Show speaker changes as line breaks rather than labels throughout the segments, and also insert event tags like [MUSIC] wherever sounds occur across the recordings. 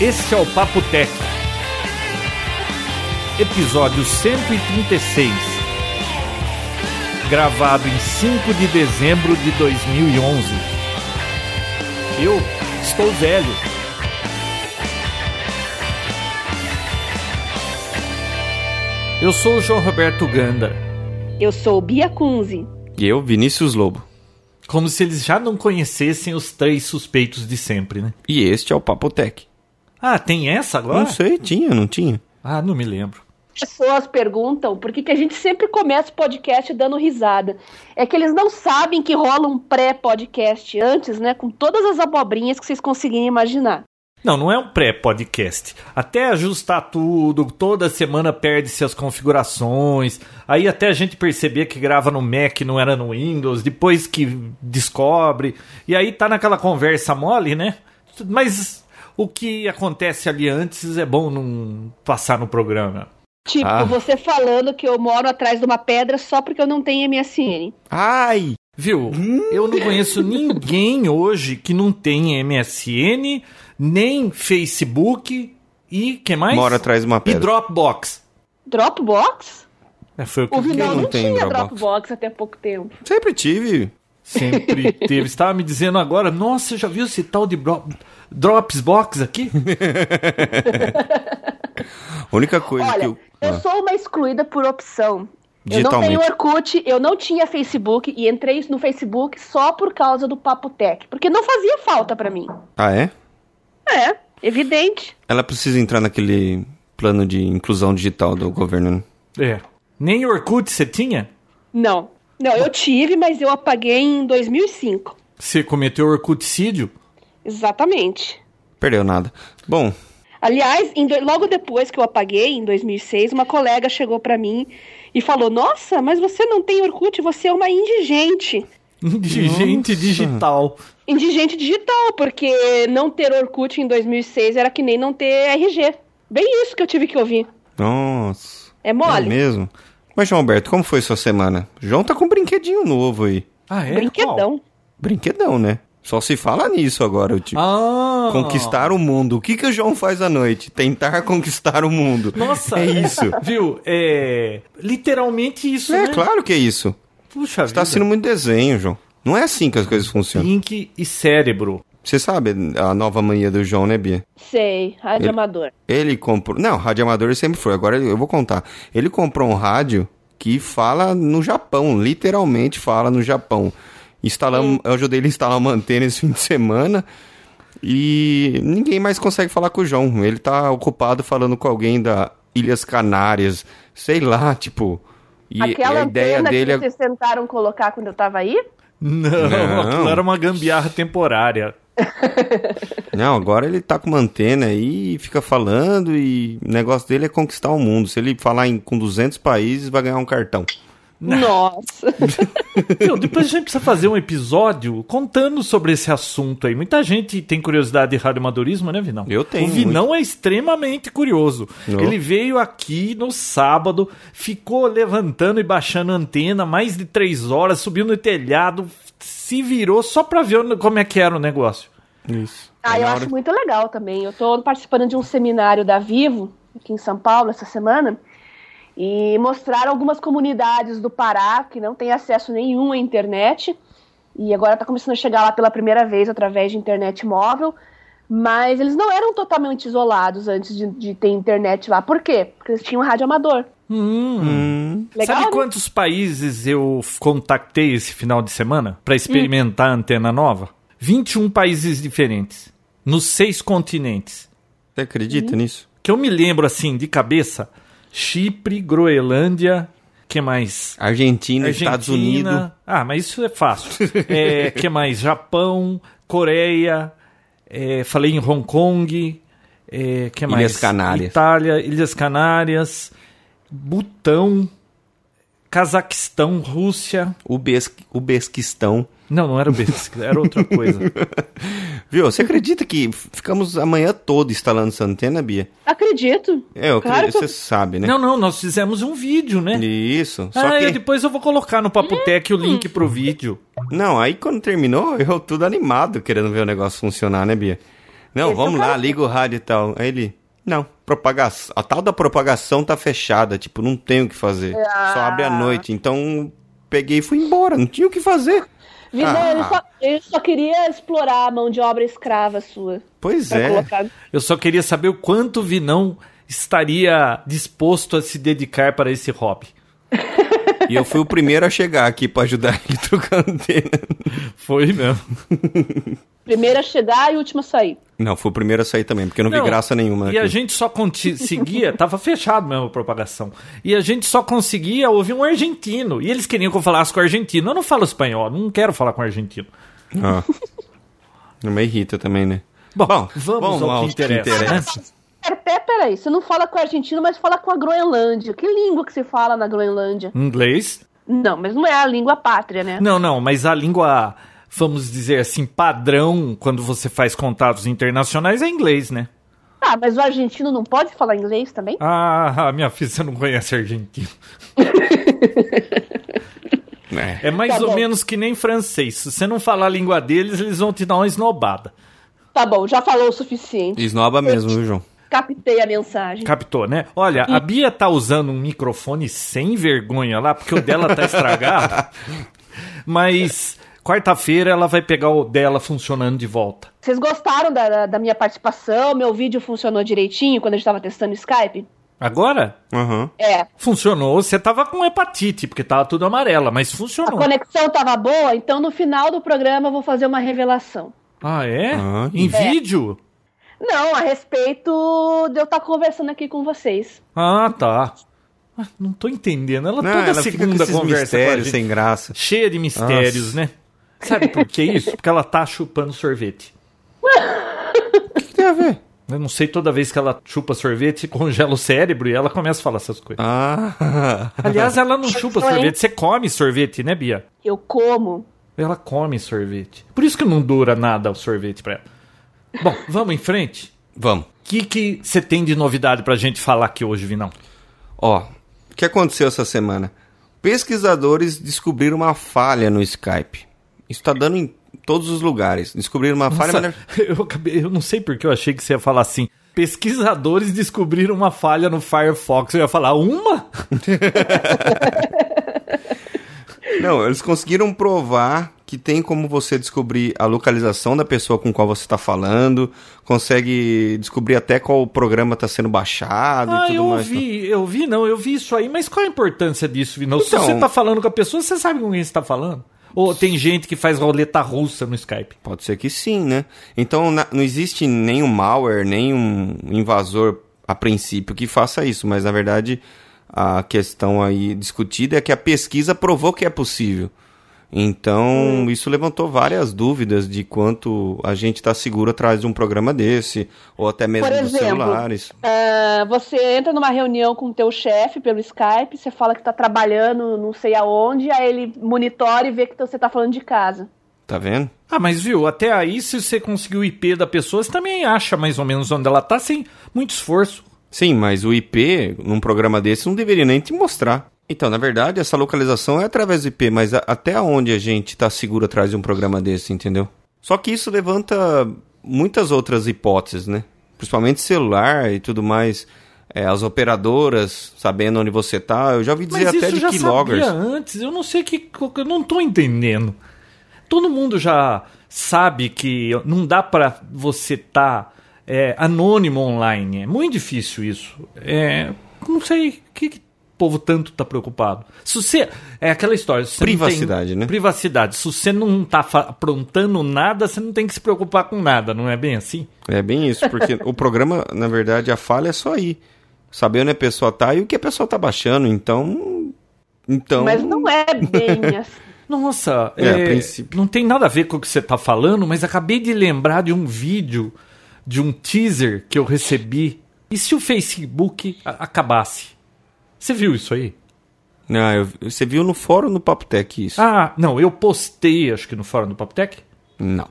Este é o Papo Tech, episódio 136, gravado em 5 de dezembro de 2011. Eu estou velho. Eu sou o João Roberto Ganda.
Eu sou Bia Kunze.
E eu, Vinícius Lobo.
Como se eles já não conhecessem os três suspeitos de sempre, né?
E este é o Papotec.
Ah, tem essa agora?
Não sei, tinha, não tinha?
Ah, não me lembro.
As pessoas perguntam por que, que a gente sempre começa o podcast dando risada. É que eles não sabem que rola um pré-podcast antes, né? Com todas as abobrinhas que vocês conseguirem imaginar.
Não, não é um pré-podcast. Até ajustar tudo, toda semana perde-se as configurações. Aí até a gente perceber que grava no Mac, não era no Windows, depois que descobre. E aí tá naquela conversa mole, né? Mas o que acontece ali antes é bom não passar no programa.
Tipo,
Ah.
você falando que eu moro atrás de uma pedra só porque eu não tenho MSN.
Ai!
Viu? Eu não conheço ninguém hoje que não tem MSN, nem Facebook e que mais?
Mora atrás de uma
e
pedra.
Dropbox.
Dropbox?
É, foi o que
O Vinal
não
não,
tem
tinha
Dropbox?
Dropbox? até pouco tempo.
Sempre tive.
Sempre teve. Estava me dizendo agora, nossa, já viu esse tal de bro- Dropsbox aqui?
A única coisa
Olha,
que
eu,
eu. Ah,
sou uma excluída por opção. Eu não
Digitalmente.
tenho Orkut, eu não tinha Facebook e entrei no Facebook só por causa do Papo Tech, porque não fazia falta pra mim.
ah, é?
É, evidente.
Ela precisa entrar naquele plano de inclusão digital do governo. né?
É. Nem Orkut você tinha?
Não. Não, eu tive, mas eu apaguei em 2005.
Você cometeu [LAUGHS] Orkuticídio?
Exatamente.
Perdeu nada. Bom,
Aliás, em do- logo depois que eu apaguei, em 2006, uma colega chegou pra mim e falou: Nossa, mas você não tem Orkut, você é uma indigente.
Indigente
Nossa.
digital.
Indigente digital, porque não ter Orkut em 2006 era que nem não ter RG. Bem isso que eu tive que ouvir.
nossa.
É
É
mole?
mesmo? Mas, João Alberto, como foi sua semana? João tá com um brinquedinho novo aí.
Ah, é? Qual?
Brinquedão.
Brinquedão, né? Só se fala nisso agora, eu tipo.
Ah.
Conquistar o mundo. O que, que o João faz à noite? Tentar [LAUGHS] conquistar o mundo.
Nossa.
É isso.
Viu? É. Literalmente isso,
É,
né?
claro que é isso.
Puxa
Você tá
vida.
sendo muito desenho, João. Não é assim que as coisas funcionam.
Link e cérebro.
Você sabe a nova mania do João, né, Bia?
Sei, rádio amador.
Ele comprou. Não, rádio amador ele sempre foi. Agora eu vou contar. Ele comprou um rádio que fala no Japão, literalmente fala no Japão.
Hum.
Instalamos, eu ajudei ele a instalar uma antena esse fim de semana e ninguém mais consegue falar com o João. Ele tá ocupado falando com alguém da Ilhas Canárias, sei lá, tipo. E, e
Aquela
a ideia
antena
dele
que
é
vocês tentaram colocar quando eu tava aí?
Não,
Não.
aquilo era uma gambiarra temporária.
Não, agora ele tá com uma antena aí e fica falando e o negócio dele é conquistar o mundo. Se ele falar em, com 200 países, vai ganhar um cartão.
Nossa.
Meu, Então, depois a gente precisa fazer um episódio contando sobre esse assunto aí. Muita gente tem curiosidade de radioamadorismo, né, Vinão?
Eu tenho Oh.
O Vinão é extremamente curioso.
Eu.
Ele veio aqui no sábado, ficou levantando e baixando antena mais de três horas, subiu no telhado, se virou só pra ver o- como é que era o negócio.
Isso.
Ah, eu acho muito legal também. Eu tô participando de um seminário da Vivo, aqui em São Paulo, essa semana, e mostraram algumas comunidades do Pará que não têm acesso nenhum à internet, e agora tá começando a chegar lá pela primeira vez através de internet móvel, mas eles não eram totalmente isolados antes de, de ter internet lá. Por quê? Porque eles tinham um rádio amador.
Hum.
Hum,
Legal?
Sabe
né?
quantos países eu f- contactei esse final de semana pra experimentar a antena nova? 21 países diferentes, nos seis continentes.
você acredita
Uhum.
nisso?
que eu me lembro assim de cabeça: Chipre, Groenlândia, que mais?
Argentina, Estados Unidos.
Ah, mas isso é fácil. É, que mais? Japão, Coreia, é, falei em Hong Kong, é, que mais?
Canárias.
Itália, Ilhas Canárias, Butão, Cazaquistão, Rússia.
O, Bes, o Besquistão.
Não, não era o Besk, [LAUGHS] era outra coisa.
Né? Viu? Você acredita que f- ficamos a manhã toda instalando essa antena, Bia?
Acredito.
É, eu
Claro
acredito,
que
você sabe, né?
Não, não, nós fizemos um vídeo, né?
Isso. Só
Ah,
que.
eu- depois eu vou colocar no Papotec o link pro vídeo.
[LAUGHS] Não, aí quando terminou, eu tudo animado querendo ver o negócio funcionar, né, Bia? Não,
Esse
vamos
eu quero
lá, liga o rádio e tal. Aí ele, não, propagação, a tal da propagação tá fechada, tipo, não tem o que fazer. Só abre
Ah.
à noite. Então, peguei e fui embora, não tinha o que fazer.
Vida,
Ah.
ele, só, ele só queria explorar a mão de obra escrava sua.
Pois
Tá
Pra
é.
colocar.
Eu só queria saber o quanto o Vinão estaria disposto a se dedicar para esse hobby.
E eu fui o primeiro a chegar aqui pra ajudar ele [LAUGHS] trocando antena.
Foi mesmo.
Primeira a chegar e última a sair.
Não, fui o primeiro a sair também, porque eu não,
Não,
vi graça nenhuma.
E a
aqui.
gente só conseguia, tava fechado mesmo a propagação. E a gente só conseguia ouvir um argentino. E eles queriam que eu falasse com o argentino. Eu não falo espanhol, não quero falar com o argentino.
Ah. Não me irrita também, né?
Bom,
Bom,
vamos, ao, que interessa. né?
Até, É, peraí, você não fala com o argentino, mas fala com a Groenlândia. Que língua que se fala na Groenlândia?
Inglês?
Não, mas não é a língua pátria, né?
Não, não, mas a língua, vamos dizer assim, padrão, quando você faz contatos internacionais, é inglês, né?
Ah, mas o argentino não pode falar inglês também?
Ah, minha filha, você não conhece argentino. [LAUGHS]
É.
É mais
Tá
ou
bom.
menos que nem francês. Se você não falar a língua deles, eles vão te dar uma esnobada.
Tá bom, já falou o suficiente.
Esnoba mesmo, viu, João?
Captei a mensagem.
Captou, né? Olha, a Bia tá usando um microfone sem vergonha lá, porque o dela tá
[LAUGHS]
estragado. Mas quarta-feira ela vai pegar o dela funcionando de volta.
Vocês gostaram da, da- da minha participação? Meu vídeo funcionou direitinho quando a gente tava testando o Skype?
Agora?
Aham.
É.
Funcionou. Você tava com hepatite, porque tava tudo amarela, mas
A
funcionou.
conexão tava boa, então no final do programa eu vou fazer uma revelação.
Ah, é?
Ah,
em
é.
vídeo?
Não, a respeito de eu estar conversando aqui com vocês.
Ah, tá. Ah, Não tô entendendo. Ela
Não,
toda
ela fica com
segunda
esses
conversa com a
mistérios
gente.
sem graça.
cheia de mistérios, né? Sabe por que isso? Porque ela tá chupando sorvete.
O que tem a ver?
Eu não sei, toda vez que ela chupa sorvete, [LAUGHS] congela o cérebro e ela começa a falar essas coisas.
Ah.
Aliás, ela não chupa
Foi.
sorvete, você come sorvete, né, Bia?
Eu como.
Ela come sorvete. Por isso que não dura nada o sorvete pra ela. Bom, vamos em frente.
[LAUGHS] Vamos.
O que que você tem de novidade pra gente falar aqui hoje, Vinão?
Ó, o que aconteceu essa semana? Pesquisadores descobriram uma falha no Skype. Isso tá dando em todos os lugares. Descobriram uma falha.
Nossa,
mas-
[LAUGHS] eu, acabei- eu não sei porque eu achei que você ia falar assim. Pesquisadores descobriram uma falha no Firefox. Eu ia falar, uma?
Não, eles conseguiram provar que tem como você descobrir a localização da pessoa com qual você está falando, consegue descobrir até qual programa está sendo baixado e
Ah,
tudo
eu
mais.
ouvi, eu vi, não, eu vi isso aí, mas qual a importância disso, Vinão? Se
Então-
você tá falando com a pessoa, você sabe com quem você tá falando? Ou tem gente que faz roleta russa no Skype?
Pode ser que sim, né? Então na- não existe nenhum malware, nenhum invasor a princípio que faça isso, mas na verdade a questão aí discutida é que a pesquisa provou que é possível. Então
Hum.
isso levantou várias dúvidas de quanto a gente está seguro atrás de um programa desse, ou até mesmo
Por
dos
exemplo,
celulares.
Ah, você entra numa reunião com o teu chefe pelo Skype, você fala que tá trabalhando não sei aonde, aí ele monitora e vê que você tá falando de casa.
Tá vendo?
Ah, mas viu, até aí, se você conseguir o IP da pessoa, você também acha mais ou menos onde ela tá, sem muito esforço.
Sim, mas o IP, num programa desse, não deveria nem te mostrar. Então, na verdade, essa localização é através do IP, mas a- até onde a gente está seguro atrás de um programa desse, entendeu? Só que isso levanta muitas outras hipóteses, né? Principalmente celular e tudo mais. É, as operadoras sabendo onde você tá. Eu já ouvi
Mas
dizer até
isso
de
já
keyloggers.
sabia antes, eu não sei que... Eu não tô entendendo. Todo mundo já sabe que não dá pra você tá é, anônimo online. É muito difícil isso. É, não sei o que, que o povo tanto tá preocupado. Se você... É aquela história... se você não tem-
Privacidade, né?
Privacidade. Se você não tá fa- aprontando nada, você não tem que se preocupar com nada, não é bem assim?
É bem isso, porque o programa, na verdade, a falha é só aí. Saber onde a pessoa tá e o que a pessoa tá baixando. Então. Então.
Mas não é bem
[LAUGHS]
assim.
Nossa,
É, a
é,
princípio.
não tem nada a ver com o que você tá falando, mas acabei de lembrar de um vídeo, de um teaser que eu recebi. E se o Facebook a- acabasse? Você viu isso aí?
Ah, eu- você viu no fórum no Papotec isso?
Ah, não, eu postei, acho que no fórum do Papotec.
Não.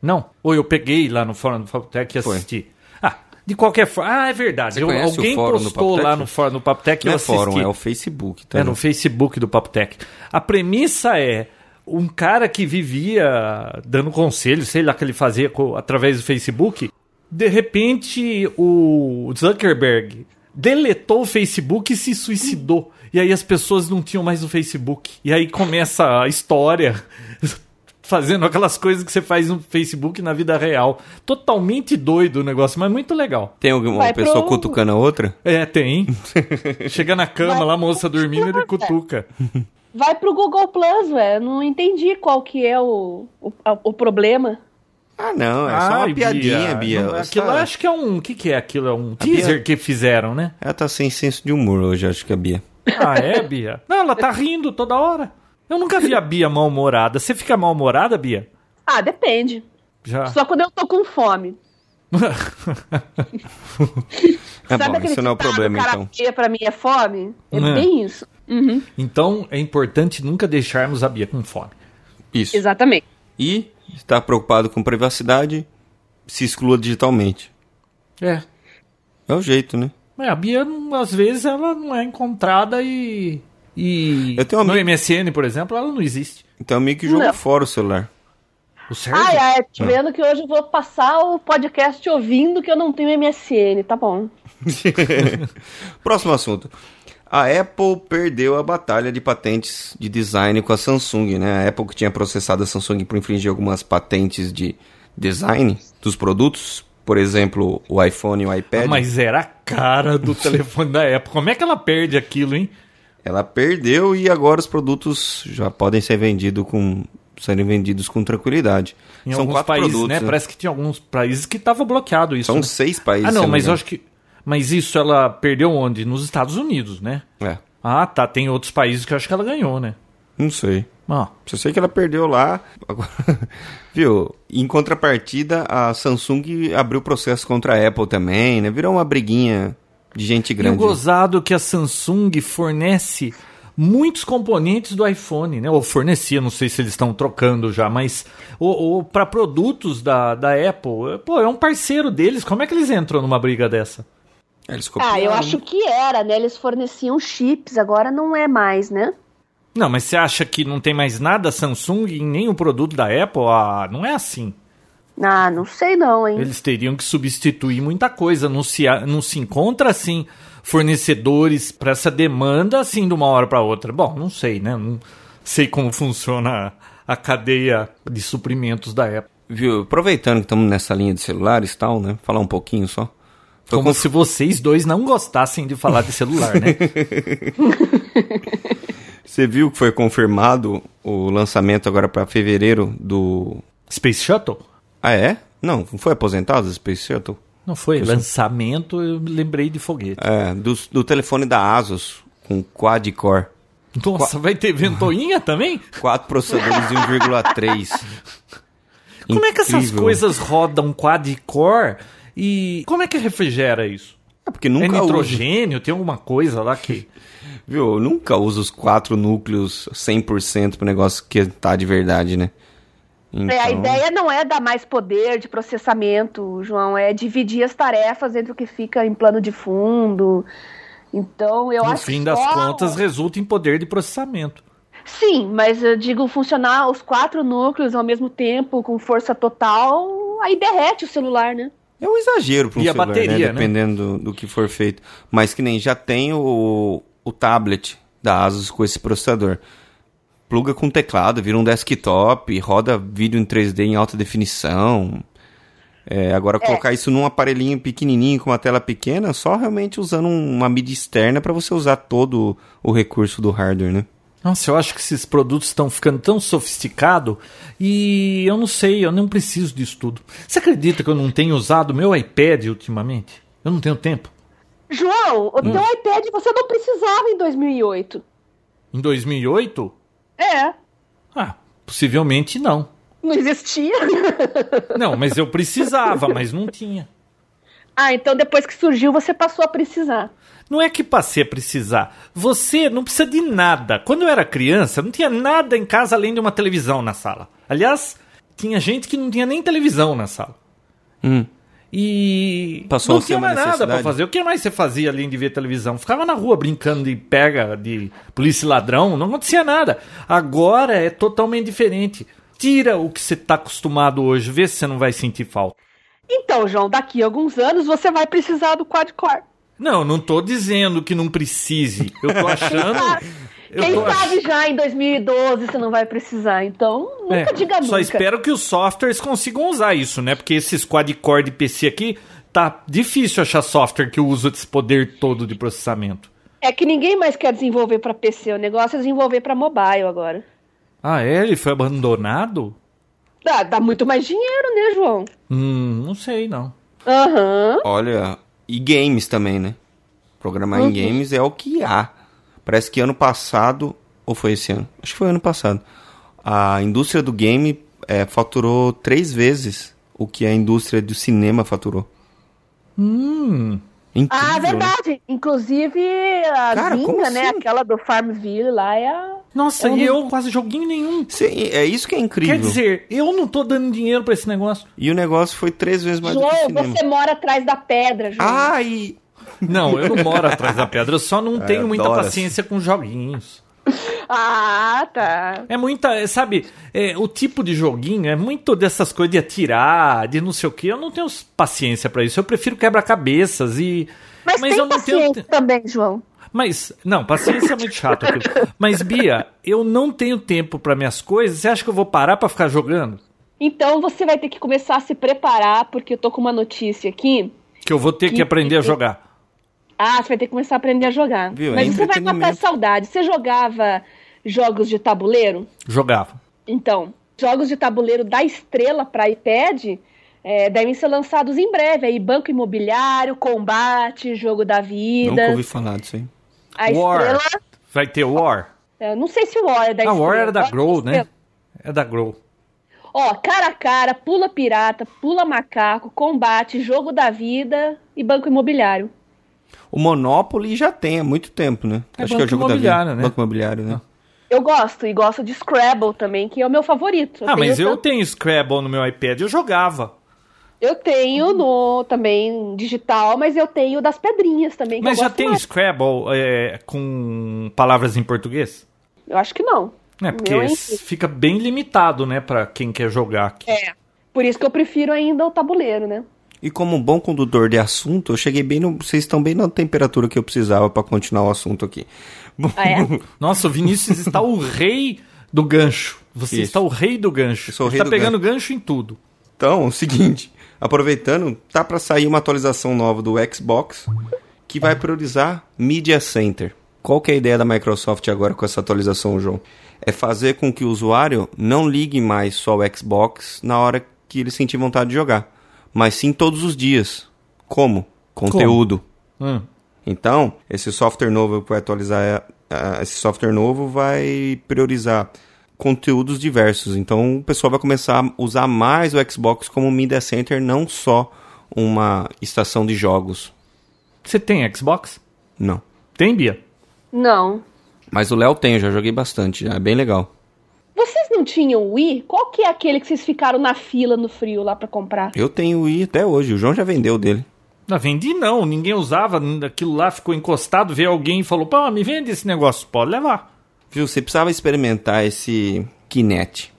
Não. Ou eu peguei lá no fórum do Papotec e
Foi.
assisti. Ah, de qualquer forma. Ah, é verdade.
Você
Eu-
conhece o
alguém
fórum do
postou
Papotec?
lá no fórum do Papotec e
Não
eu
é
assisti.
fórum, é o Facebook. Tá
É, no Facebook do Papo Tech. A premissa é um cara que vivia dando conselho, sei lá, que ele fazia co- através do Facebook, de repente o Zuckerberg deletou o Facebook e se suicidou. E aí as pessoas não tinham mais o Facebook. E aí começa a história [LAUGHS] fazendo aquelas coisas que você faz no Facebook na vida real. Totalmente doido o negócio, mas muito legal.
Tem alguma
Vai
pessoa
pro- um.
cutucando a outra?
É, tem. Chega na cama
Vai
lá, a moça dormindo, ele cutuca.
Vai pro Google Plus, velho. Não entendi qual que é o, o, a- o problema.
Ah, não, é só
Ai,
uma piadinha, Bia.
Não,
Você
aquilo
tá-
eu acho que é um. O que, que é aquilo? É um teaser que fizeram,
[LAUGHS]
né?
Ela tá sem senso de humor hoje, acho que a Bia.
Ah, é, Bia? Não, ela tá rindo toda hora. Eu nunca vi a Bia mal-humorada. Você fica mal-humorada, Bia?
Ah, depende.
Tá.
Já.
Só quando eu tô com fome.
É bom,
aquele
isso não é
ditado,
o problema,
cara
então.
feia pra mim é fome? É
Hum.
bem isso. Uhum,
[LAUGHS] Então é importante nunca deixarmos a Bia com fome.
Isso.
exatamente.
E está preocupado com privacidade, se exclua digitalmente.
É.
É o jeito, né?
Mas a Bia, não- às vezes, ela não é encontrada e. E.
Eu tenho um
no
amigo-
MSN, por exemplo, ela não existe.
Então meio que jogou
Não.
fora o celular.
O Sérgio?
Ai, ai,
É.
te Ah, é, vendo que hoje eu vou passar o podcast ouvindo que eu não tenho MSN, tá bom.
[LAUGHS] Próximo assunto. A Apple perdeu a batalha de patentes de design com a Samsung, né? A Apple que tinha processado a Samsung por infringir algumas patentes de design dos produtos, por exemplo, o iPhone e o iPad.
Mas era a cara
[LAUGHS]
do telefone da época. Como é que ela perde aquilo, hein?
Ela perdeu e agora os produtos já podem ser vendidos com serem vendidos com tranquilidade.
Em
São
alguns
quatro
países,
produtos,
né?
né?
Parece que tinha alguns países que tava bloqueado isso.
São
né?
seis países.
Ah,
se
não,
eu
mas
me
eu acho que. Mas isso ela perdeu onde? Nos Estados Unidos, né?
engano. É,
Ah, tá. Tem outros países que eu acho que ela ganhou, né?
não sei.
Ó.
Só sei que ela perdeu lá. Agora, [LAUGHS] viu? Em contrapartida, a Samsung abriu processo contra a Apple também, né? Virou uma briguinha de gente
E o
grande.
gozado que a Samsung fornece muitos componentes do iPhone, né? Ou fornecia, não sei se eles estão trocando já, mas ou, para produtos da, da Apple, pô, é um parceiro deles. Como é que eles entram numa briga dessa?
Eles
Ah, eu
copiaram,
acho
né?
que era, né? Eles forneciam chips, agora não é mais, né?
Não, mas você acha que não tem mais nada Samsung em nenhum produto da Apple? Ah, não é assim.
Ah, não sei não, hein?
Eles teriam que substituir muita coisa. Não se, a- não se encontra assim fornecedores para essa demanda assim de uma hora para outra. Bom, não sei, né? Não sei como funciona a cadeia de suprimentos da Apple.
Viu? Aproveitando que estamos nessa linha de celulares e tal, né? Falar um pouquinho só. Foi
Como se vocês dois não gostassem de falar de celular, né?
[LAUGHS] Você viu que foi confirmado o lançamento agora para fevereiro do.
Space Shuttle?
Ah, é? Não, não foi aposentado o Space Shuttle?
Não foi. Lançamento, eu me lembrei de foguete.
É, do, do telefone da Asus com quad-core.
Nossa, vai ter ventoinha também?
4 processadores de 1,3.
Como é que essas
Incrível.
coisas rodam quad-core e como é que refrigera isso?
É porque nunca
é
uso,
nitrogênio? Tem alguma coisa lá que...
viu? Eu nunca uso os quatro núcleos 100% pro negócio que tá de verdade, né?
É, a
Então,
ideia não é dar mais poder de processamento, João, é dividir as tarefas entre o que fica em plano de fundo. Então, eu
no
acho
fim
que
das
só- um-
contas, resulta em poder de processamento.
Sim, mas eu digo, funcionar os quatro núcleos ao mesmo tempo, com força total, aí derrete o celular, né?
É um exagero para um
E a
celular,
bateria,
né?
né?
Dependendo do, do que for feito. Mas que nem já tem o, o tablet da Asus com esse processador. Pluga com teclado, vira um desktop, roda vídeo em 3D em alta definição. É, agora, colocar isso num aparelhinho pequenininho com uma tela pequena, só realmente usando um- uma mídia externa para você usar todo o recurso do hardware, né?
Nossa, eu acho que esses produtos estão ficando tão sofisticados e eu não sei, eu não preciso disso tudo. Você acredita que eu não tenho usado meu iPad ultimamente? Eu não tenho tempo.
João, o teu
Hum.
iPad você não precisava em 2008.
Em 2008?
É,
Ah, possivelmente não.
não existia.
Não, mas eu precisava, [LAUGHS] mas não tinha.
ah, então depois que surgiu você passou a precisar.
Não é que passei a precisar. Você não precisa de nada. Quando eu era criança, não tinha nada em casa além de uma televisão na sala. Aliás, tinha gente que não tinha nem televisão na sala.
Hum.
E
Passou a
não
ser
tinha
uma
mais nada pra
necessidade.
fazer. O que mais você fazia além de ver televisão? Ficava na rua brincando de pega, de polícia e ladrão, não acontecia nada. Agora é totalmente diferente. Tira o que você tá acostumado hoje, vê se você não vai sentir falta.
Então, João, daqui a alguns anos você vai precisar do quad-core.
Não, não tô dizendo que não precise. Eu
[LAUGHS]
tô achando. eu
Quem
tô ach-
sabe já em 2012 você não vai precisar, então nunca
É,
diga nunca.
Só espero que os softwares consigam usar isso, né? Porque esses quad-core de PC aqui, tá difícil achar software que usa esse poder todo de processamento.
É que ninguém mais quer desenvolver pra PC, o negócio é desenvolver pra mobile agora.
Ah, é? Ele foi abandonado?
Dá, dá muito mais dinheiro, né, João?
Hum, não sei, não.
Aham.
Olha, e games também, né? Programar
Uhum.
em games é o que há. Parece que ano passado, ou foi esse ano? Acho que foi ano passado. A indústria do game eh, faturou três vezes o que a indústria do cinema faturou.
Hum.
Incrível,
Ah,
né?
verdade. Inclusive a
Cara,
Zinga,
como
né?
assim?
Aquela do Farmville lá é a.
Nossa,
Eu
e
não-
eu quase joguinho nenhum.
Cê- é isso que é incrível.
Quer dizer, eu não tô dando dinheiro pra esse negócio.
E o negócio foi três vezes mais é do que o
João,
é
cinema.
você mora atrás da pedra, João.
Ah, e...
Não, eu não moro atrás da pedra, eu só não [LAUGHS] tenho muita
adoro
paciência com joguinhos.
Ah, tá.
É muita, é, sabe, é, o tipo de joguinho é muito dessas coisas de atirar, de não sei o que. Eu não tenho paciência pra isso. Eu prefiro quebra-cabeças e.
Mas, tem paciência também, João.
Mas, não, paciência é muito chato aquilo. Mas, Bia, eu não tenho tempo pra minhas coisas. Você acha que eu vou parar pra ficar jogando?
Então você vai ter que começar a se preparar, porque eu tô com uma notícia aqui.
Que eu vou ter que aprender a jogar.
Ah, você vai ter que começar a aprender a jogar.
Viu? É
Mas você vai matar a
entretenimento.
saudade. Você jogava jogos de tabuleiro?
Jogava.
Então, jogos de tabuleiro da estrela para iPad é, devem ser lançados em breve. Aí, Banco Imobiliário, Combate, Jogo da
Nunca
Vida.
ouvi falar disso aí.
A
War.
estrela.
Vai ter War?
é, não sei se o War é da
A
estrela.
War era da Grow, né?
Estrela.
É da Grow.
Ó, cara a cara, pula pirata, pula macaco, combate, jogo da vida e banco imobiliário.
O Monopoly já tem há muito tempo, né?
É
Acho que é o
Banco
jogo da vida.
Imobiliário, né?
Banco imobiliário, né?
Eu gosto, e gosto de Scrabble também, que é o meu favorito.
Ah, mas
tenho
eu
tanto-
tenho Scrabble no meu iPad, eu jogava.
eu tenho no também digital, mas eu tenho das pedrinhas também. que
Mas
eu
já
gosto
tem
mais.
Scrabble é, com palavras em português?
Eu acho que não.
É,
O
porque
meu é em
s- fica bem limitado, né, pra quem quer jogar aqui.
É. Por isso que eu prefiro ainda o tabuleiro, né?
E como bom condutor de assunto, eu cheguei bem no. Vocês estão bem na temperatura que eu precisava pra continuar o assunto aqui. [LAUGHS] Bom,
Ah, é?
Nossa, o Vinícius está
[LAUGHS]
o rei do gancho. Você
Isso.
está o rei do gancho.
Eu sou o
Ele
rei
está
do
pegando gancho. em tudo.
Então, é o seguinte, aproveitando, tá pra sair uma atualização nova do Xbox que vai priorizar Media Center. Qual que é a ideia da Microsoft agora com essa atualização, João? É fazer com que o usuário não ligue mais só o Xbox na hora que ele sentir vontade de jogar, mas sim todos os dias. Como? Conteúdo.
Hum.
Então, esse software novo que vai atualizar, ah, esse software novo vai priorizar conteúdos diversos. Então, o pessoal vai começar a usar mais o Xbox como um media center, não só uma estação de jogos.
Você tem Xbox?
Não.
Tem, Bia?
Não.
Mas o Léo tem, eu já joguei bastante, já é bem legal.
Vocês não tinham Wii? Qual que é aquele que vocês ficaram na fila no frio lá pra comprar?
Eu tenho o Wii até hoje, o João já vendeu o dele.
Não, vendi não. Ninguém usava. Aquilo lá ficou encostado. Veio alguém e falou, pô, me vende esse negócio. Pode levar.
Viu, você precisava experimentar esse Kinect.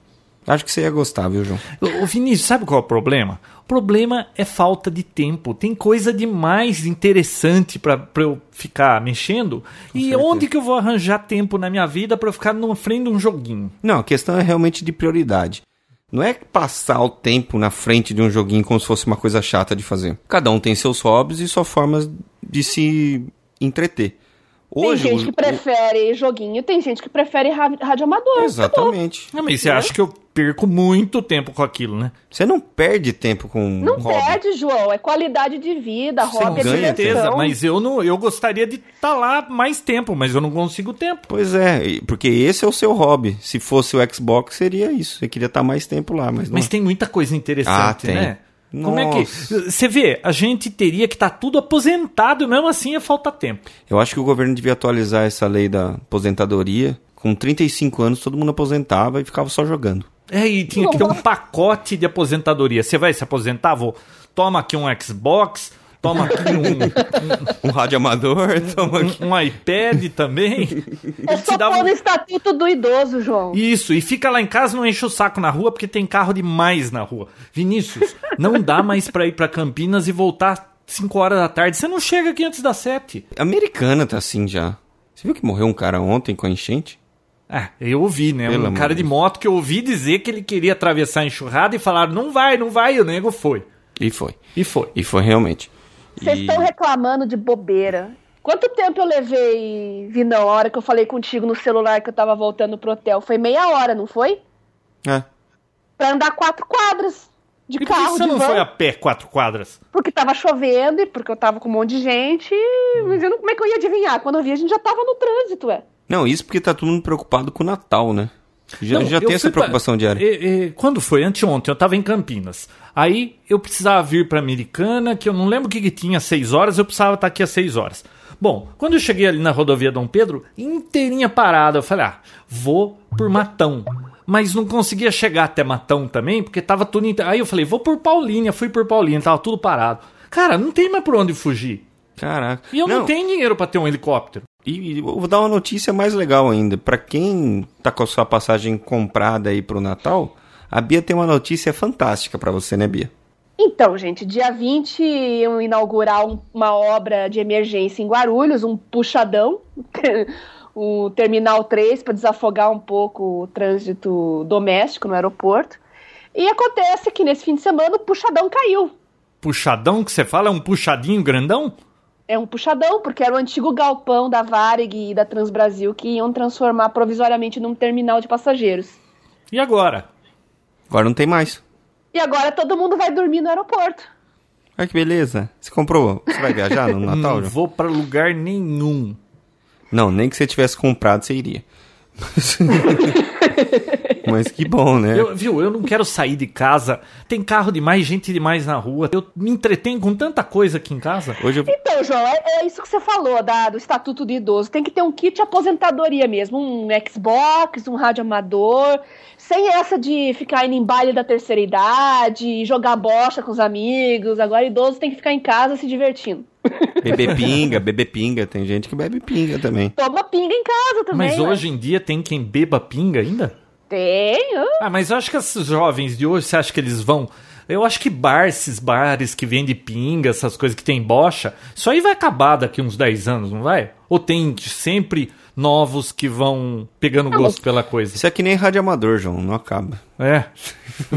Acho que você ia gostar, viu, João?
Ô, ô, Vinícius, sabe qual é o problema? O problema é falta de tempo. Tem coisa demais interessante pra, pra eu ficar mexendo. e
certeza.
onde que eu vou arranjar tempo na minha vida pra eu ficar na frente de um joguinho?
Não, a questão é realmente de prioridade. Não é passar o tempo na frente de um joguinho como se fosse uma coisa chata de fazer. Cada um tem seus hobbies e suas formas de se entreter. Hoje,
tem gente que
o-
prefere joguinho, tem gente que prefere ra- radioamador.
o- Exatamente.
Ah, mas você acha que eu perco muito tempo com aquilo, né?
Você não perde tempo com
Não
um hobby.
perde, João. É qualidade de vida,
Sem
hobby, é
ganha
diversão.
certeza, mas eu não, eu gostaria de estar lá mais tempo, mas eu não consigo tempo.
Pois é, e- porque esse é o seu hobby. Se fosse o Xbox, seria isso. Você queria estar mais tempo lá, mas não. é.
Mas tem muita coisa
Ah,
interessante,
tem.
né? Como é que
Nossa.
você vê? A gente teria que estar tudo aposentado, mesmo assim ia faltar tempo.
Eu acho que o governo devia atualizar essa lei da aposentadoria. Com 35 anos, todo mundo aposentava e ficava só jogando.
É, e tinha
[LAUGHS]
que ter um pacote de aposentadoria. Você vai se aposentar, vou. Toma aqui um Xbox, Toma aqui um,
Um rádio amador, [LAUGHS] toma aqui.
um, um iPad também.
É
Ele te
só
dá
pôr
um-
no estatuto do idoso, João.
Isso, e fica lá em casa, não enche o saco na rua, porque tem carro demais na rua. Vinícius, não dá mais pra ir pra Campinas e voltar 5 horas da tarde. Você não chega aqui antes das 7.
Americana tá assim já. Você viu que morreu um cara ontem com a enchente?
Ah, eu ouvi, né?
Pelo
um
amor
cara
de
de moto que eu ouvi dizer que ele queria atravessar a enxurrada e falaram, não vai, não vai, e o nego foi.
E foi.
E foi.
E foi realmente.
Vocês
E-
estão reclamando de bobeira. Quanto tempo eu levei, vi na hora que eu falei contigo no celular que eu tava voltando pro hotel? Foi meia hora, não foi?
É.
Pra andar quatro quadras de
E por que
carro,
você
de
não
van,
foi a pé quatro quadras?
porque tava chovendo e porque eu tava com um monte de gente. e-
Hum.
Mas eu não, como é que eu ia adivinhar? Quando eu vi, a gente já tava no trânsito, é.
Não, isso porque tá todo mundo preocupado com o Natal, né? Já,
Não,
já
eu
tem essa
fui pra-
preocupação diária.
E- e, quando foi? Anteontem, eu tava em Campinas. Aí eu precisava vir pra Americana, que eu não lembro o que, que tinha, às 6 horas, eu precisava estar aqui às 6 horas. Bom, quando eu cheguei ali na rodovia Dom Pedro, inteirinha parada, eu falei, ah, vou por Matão. Mas não conseguia chegar até Matão também, porque tava tudo... inte- Aí eu falei, vou por Paulínia, fui por Paulínia, tava tudo parado. Cara, não tem mais por onde fugir.
Caraca.
E eu não, tenho dinheiro pra ter um helicóptero.
E, e eu vou dar uma notícia mais legal ainda. Pra quem tá com a sua passagem comprada aí pro Natal, a Bia tem uma notícia fantástica pra você, né, Bia?
Então, gente, dia 20 iam inaugurar um- uma obra de emergência em Guarulhos, um puxadão, [LAUGHS] o Terminal 3, para desafogar um pouco o trânsito doméstico no aeroporto. E acontece que nesse fim de semana o puxadão caiu.
Puxadão que você fala? É um puxadinho grandão?
É um puxadão, porque era o antigo galpão da Varig e da Transbrasil que iam transformar provisoriamente num terminal de passageiros.
E agora?
Agora não tem mais.
E agora todo mundo vai dormir no aeroporto.
Olha que beleza. Você comprou? Você vai viajar
[LAUGHS]
no Natal?
não
João?
vou pra lugar nenhum.
Não, nem que você tivesse comprado, você iria. [LAUGHS] Mas, Mas que bom, né?
Eu- viu, eu não quero sair de casa. Tem carro demais, gente demais na rua. Eu me entretenho com tanta coisa aqui em casa.
Hoje eu...
Então, João, é, é isso que você falou da- do Estatuto do Idoso. Tem que ter um kit aposentadoria mesmo, um Xbox, um rádio amador, sem essa de ficar indo em baile da terceira idade, jogar bocha com os amigos. Agora idoso tem que ficar em casa se divertindo.
beber pinga, beber pinga. Tem gente que bebe pinga também.
Toma pinga em casa também. né?
Mas
ué.
hoje em dia tem quem beba pinga ainda?
Tem. é hã?
Ah, mas eu acho que esses jovens de hoje, você acha que eles vão? Eu acho que bar, esses bares que vendem pinga, essas coisas que tem bocha, isso aí vai acabar daqui uns 10 anos, não vai? Ou tem sempre novos que vão pegando gosto pela coisa?
Isso é que nem rádio amador, João. Não acaba.
É.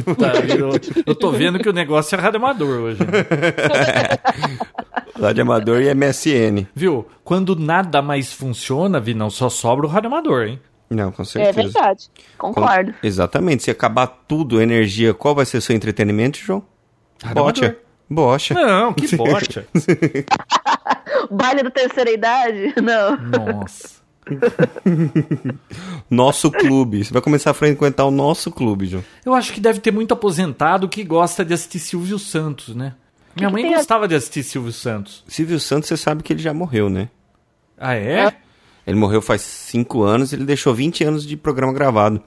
Puta, Tá, eu, eu tô vendo que o negócio é radamador hoje. né?
Rádio amador e MSN.
Viu? Quando nada mais funciona, Vinão, só sobra o radioamador, hein?
Não, com
É
certeza.
verdade.
Com-
Concordo.
Exatamente. Se acabar tudo, energia, qual vai ser seu entretenimento, João?
Radioamador.
Bocha. Bocha.
Não, que
[LAUGHS]
bocha.
Baile da terceira idade? [LAUGHS] Não.
Nossa.
Nosso clube. Você vai começar a frequentar o nosso clube, João.
Eu acho que deve ter muito aposentado que gosta de assistir Silvio Santos, né? Minha
que
mãe
tem a-
gostava de assistir Silvio Santos.
Silvio Santos, você sabe que ele já morreu, né?
Ah, é?
Ele morreu faz 5 anos, ele deixou 20 anos de programa gravado.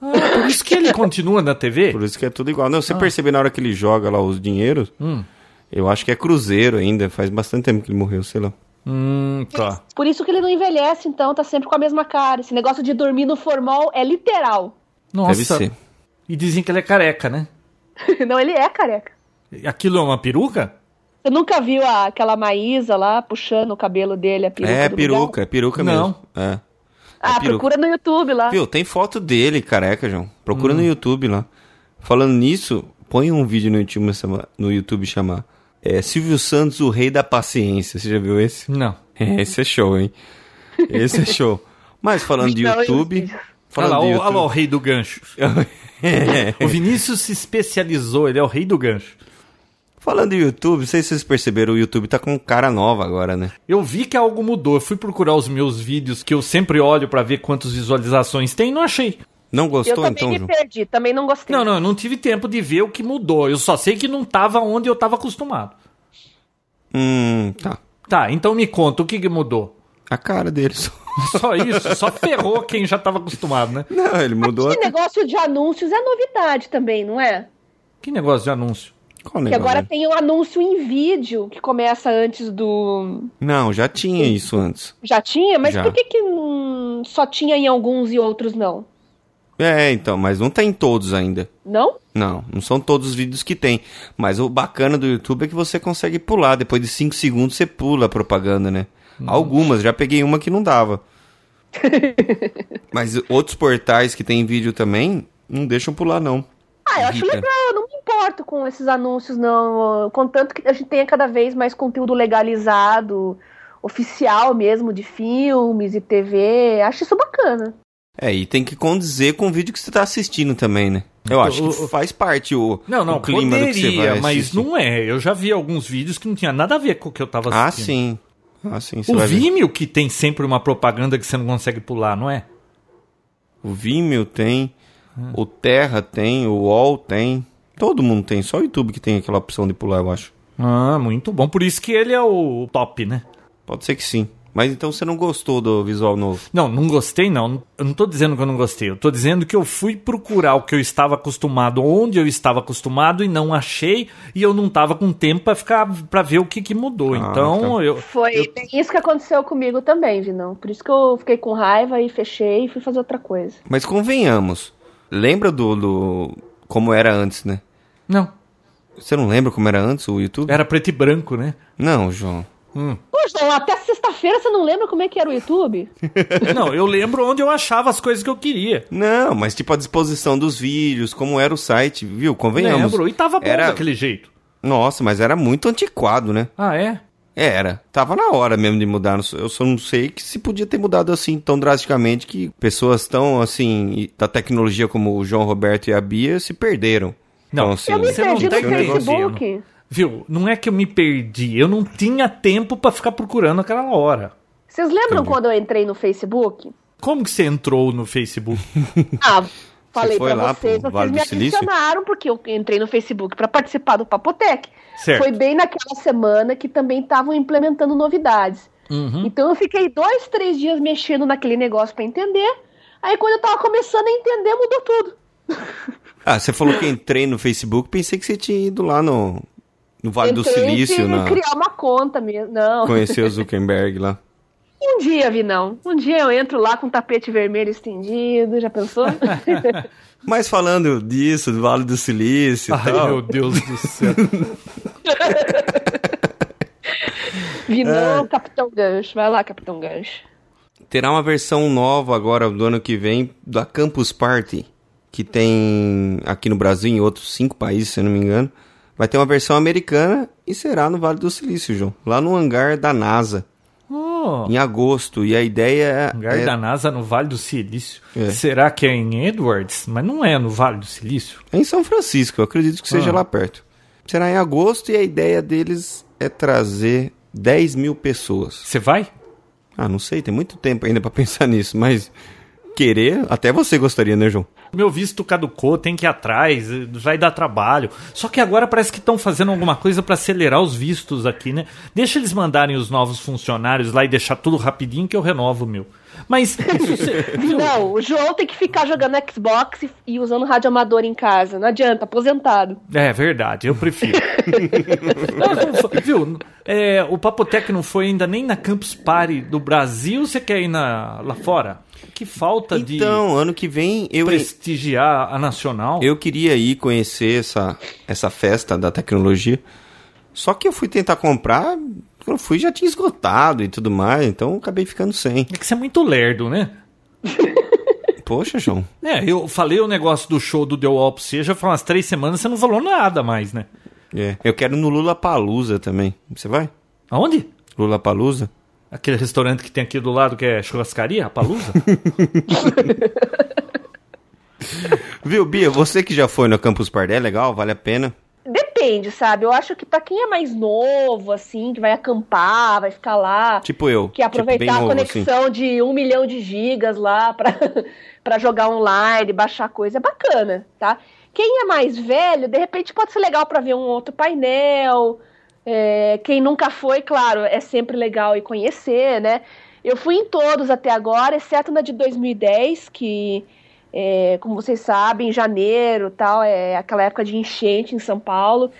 Ah, por isso que ele continua na TV?
Por isso que é tudo igual. Não, você percebeu na hora que ele joga lá os dinheiros?
Ah. Hum.
Eu acho que é Cruzeiro ainda, faz bastante tempo que ele morreu, sei lá.
Hum, tá.
Por isso que ele não envelhece, então, tá sempre com a mesma cara. Esse negócio de dormir no formal é literal. [LAUGHS]
Nossa.
Deve ser.
E dizem que ele é careca, né?
Não, ele é careca.
Aquilo é uma peruca?
Você nunca viu a- aquela Maísa lá puxando o cabelo dele, a peruca?
É,
do
peruca, é peruca
Não.
mesmo. É.
lugar? Ah,
peruca.
procura no YouTube lá.
Viu, tem foto dele, careca, João. Procura
Hum.
no YouTube lá. Falando nisso, põe um vídeo no YouTube, chama- no YouTube chamar. É Silvio Santos, o rei da paciência. Você já viu esse? [LAUGHS]
Não.
Esse é show, hein? Esse é show. Mas falando de
Não, eu-
YouTube.
Olha lá,
Falando de
olha lá o
YouTube.
rei do gancho.
[LAUGHS]
O Vinícius se especializou, ele é o rei do gancho.
Falando de YouTube, não sei se vocês perceberam, o YouTube tá com cara nova agora, né?
Eu vi que algo mudou. Eu fui procurar os meus vídeos que eu sempre olho pra ver quantas visualizações tem, não achei.
Não
Eu
gostou
também
então,
me
João?
perdi, também não gostei.
Não, não, eu não tive tempo de ver o que mudou. Eu só sei que não tava onde eu tava acostumado.
Hum, tá.
Tá, então me conta o que, que mudou. [LAUGHS]
A cara dele só. [LAUGHS]
Só isso, só ferrou quem já tava acostumado, né?
Não, ele mudou.
Esse
a-
negócio de anúncios é novidade também, não é?
Que negócio de anúncio.
Qual o
Que
negócio?
agora tem um anúncio em vídeo que começa antes do.
Não, já tinha isso antes.
Já tinha? Mas
Já.
por que, que hum, só tinha em alguns e outros não?
É, então, mas não tem todos ainda.
Não?
Não, não são todos os vídeos que tem. Mas o bacana do YouTube é que você consegue pular. Depois de 5 segundos você pula a propaganda, né? Algumas, já peguei uma que
[LAUGHS]
não dava. mas outros portais que tem vídeo também não deixam pular, não.
Ah, eu acho
Irrita.
legal, eu não me importo com esses anúncios, não. Contanto que a gente tenha cada vez mais conteúdo legalizado, oficial mesmo, de filmes e TV. Acho isso bacana.
É, e tem que condizer com o vídeo que você tá assistindo também, né? Eu acho
O-
que faz parte o,
Não, não,
o clima do que você
poderia,
vai
mas
assistir.
não é. Eu já vi alguns vídeos que não tinha nada a ver com o que eu tava
Ah,
assistindo.
sim. Ah, sim. você
assim. O
vai ver.
Vimeo que tem sempre uma propaganda que você não consegue pular, não é?
O Vimeo tem,
Ah.
o Terra tem, o UOL tem. Todo mundo tem, só o YouTube que tem aquela opção de pular, eu acho.
Ah, muito bom. Por isso que ele é o top, né?
Pode ser que sim. Mas então você não gostou do visual novo?
Não, não gostei não. Eu não tô dizendo que eu não gostei. Eu tô dizendo que eu fui procurar o que eu estava acostumado, onde eu estava acostumado e não achei, e eu não tava com tempo pra ficar para ver o que que mudou.
Ah,
então,
tá.
eu
Foi bem isso que aconteceu comigo também, Vinão. Por isso que eu fiquei com raiva e fechei e fui fazer outra coisa.
Mas convenhamos. Lembra do, do- como era antes, né?
não,
Você não lembra como era antes o YouTube?
era preto e branco, né?
Não, João.
Hum.
Pô, João, até sexta-feira você não lembra como é que era o YouTube?
Não, eu lembro onde eu achava as coisas que eu queria.
Não, mas tipo a disposição dos vídeos, como era o site, viu? Convenhamos.
Lembro, e tava bom
Era-
daquele jeito.
Nossa, mas era muito antiquado, né?
Ah, é?
Era. Tava na hora mesmo de mudar. Eu só não sei que se podia ter mudado assim tão drasticamente que pessoas tão assim e- da tecnologia como o João Roberto e a Bia se perderam. Então, assim,
Não,
Eu me
Você não
perdi no
tem um
Facebook.
negocinho. Viu? Não é que eu me perdi, eu não tinha tempo pra ficar procurando aquela hora.
Vocês lembram
Entendi.
quando eu entrei no Facebook?
Como que você entrou no Facebook?
Ah, falei
foi
pra
lá
vocês,
pro
vocês
Vale
me
do Silício?
adicionaram, porque eu entrei no Facebook pra participar do Papotec.
Certo.
Foi bem naquela semana que também estavam implementando novidades.
Hum.
Uhum.
Então eu fiquei dois, três dias mexendo naquele negócio pra entender. Aí quando eu tava começando a entender, mudou tudo.
Ah, você falou que entrei no Facebook, pensei que você tinha ido lá no, no Vale do
Entrei e
Silício, na,
criar uma conta mesmo. Não.
conhecer o Zuckerberg lá.
Um dia, Vinão. Um dia eu entro lá com o tapete vermelho estendido, já
[LAUGHS]
pensou?
Mas falando disso, do Vale do Silício e
Ai,
tal,
meu Deus do céu.
É.
Vinão, Capitão Gancho. Vai lá, Capitão Gancho.
terá uma versão nova agora do ano que vem da Campus Party, que tem aqui no Brasil e em outros cinco países, se eu não me engano. Vai ter uma versão americana e será no Vale do Silício, João. Lá no hangar da NASA,
Oh,
em agosto. E a ideia
hangar
é...
Um da NASA no Vale do Silício.
É.
Será que é em Edwards? Mas não é no Vale do Silício.
É em São Francisco, eu acredito que seja
Ah.
lá perto. Será em agosto e a ideia deles é trazer 10 mil pessoas.
Você vai?
Ah, não sei, tem muito tempo ainda pra [LAUGHS] pensar nisso, mas querer, até você gostaria, né, João?
Meu visto caducou, tem que ir atrás, eh, vai dar trabalho. Só que agora parece que estão fazendo alguma coisa para acelerar os vistos aqui, né? Deixa eles mandarem os novos funcionários lá e deixar tudo rapidinho que eu renovo o meu. Mas isso
[LAUGHS]
se- viu?
Não, o João tem que ficar jogando Xbox e, e usando rádio amador em casa. Não adianta, aposentado.
É verdade, eu prefiro. Não, não foi- viu? É, o Papotec não foi ainda nem na Campus Party do Brasil, você quer ir na, lá fora? Que falta
Então, ano que vem
de
eu,
prestigiar a nacional.
eu queria ir conhecer essa, essa festa da tecnologia, só que eu fui tentar comprar, quando eu fui já tinha esgotado e tudo mais, então eu acabei
[LAUGHS]
ficando sem.
É que você é muito lerdo, né?
Poxa, João.
É, eu falei o negócio do show do The Wall pra você, já foi umas três semanas, você não falou nada mais, né?
É. Eu quero ir no Lula Palusa também. Você vai?
Aonde?
Lula Palusa?
Aquele restaurante que tem aqui do lado que é churrascaria,
[LAUGHS]
Palusa?
Viu, Bia? Você que já foi no Campus Party, é legal, vale a pena.
Depende, sabe? Eu acho que pra quem é mais novo, assim, que vai acampar, vai ficar lá,
Tipo eu.
que é aproveitar
tipo, bem
a
novo, assim.
conexão de um milhão de gigas lá [LAUGHS] pra, pra jogar online, baixar coisa, é bacana, tá? Quem é mais velho, de repente pode ser legal pra ver um outro painel. É, quem nunca foi, claro, é sempre legal ir conhecer, né? Eu fui em todos até agora, exceto na de 2010, que, é, como vocês sabem, em janeiro tal, é aquela época de enchente em São Paulo.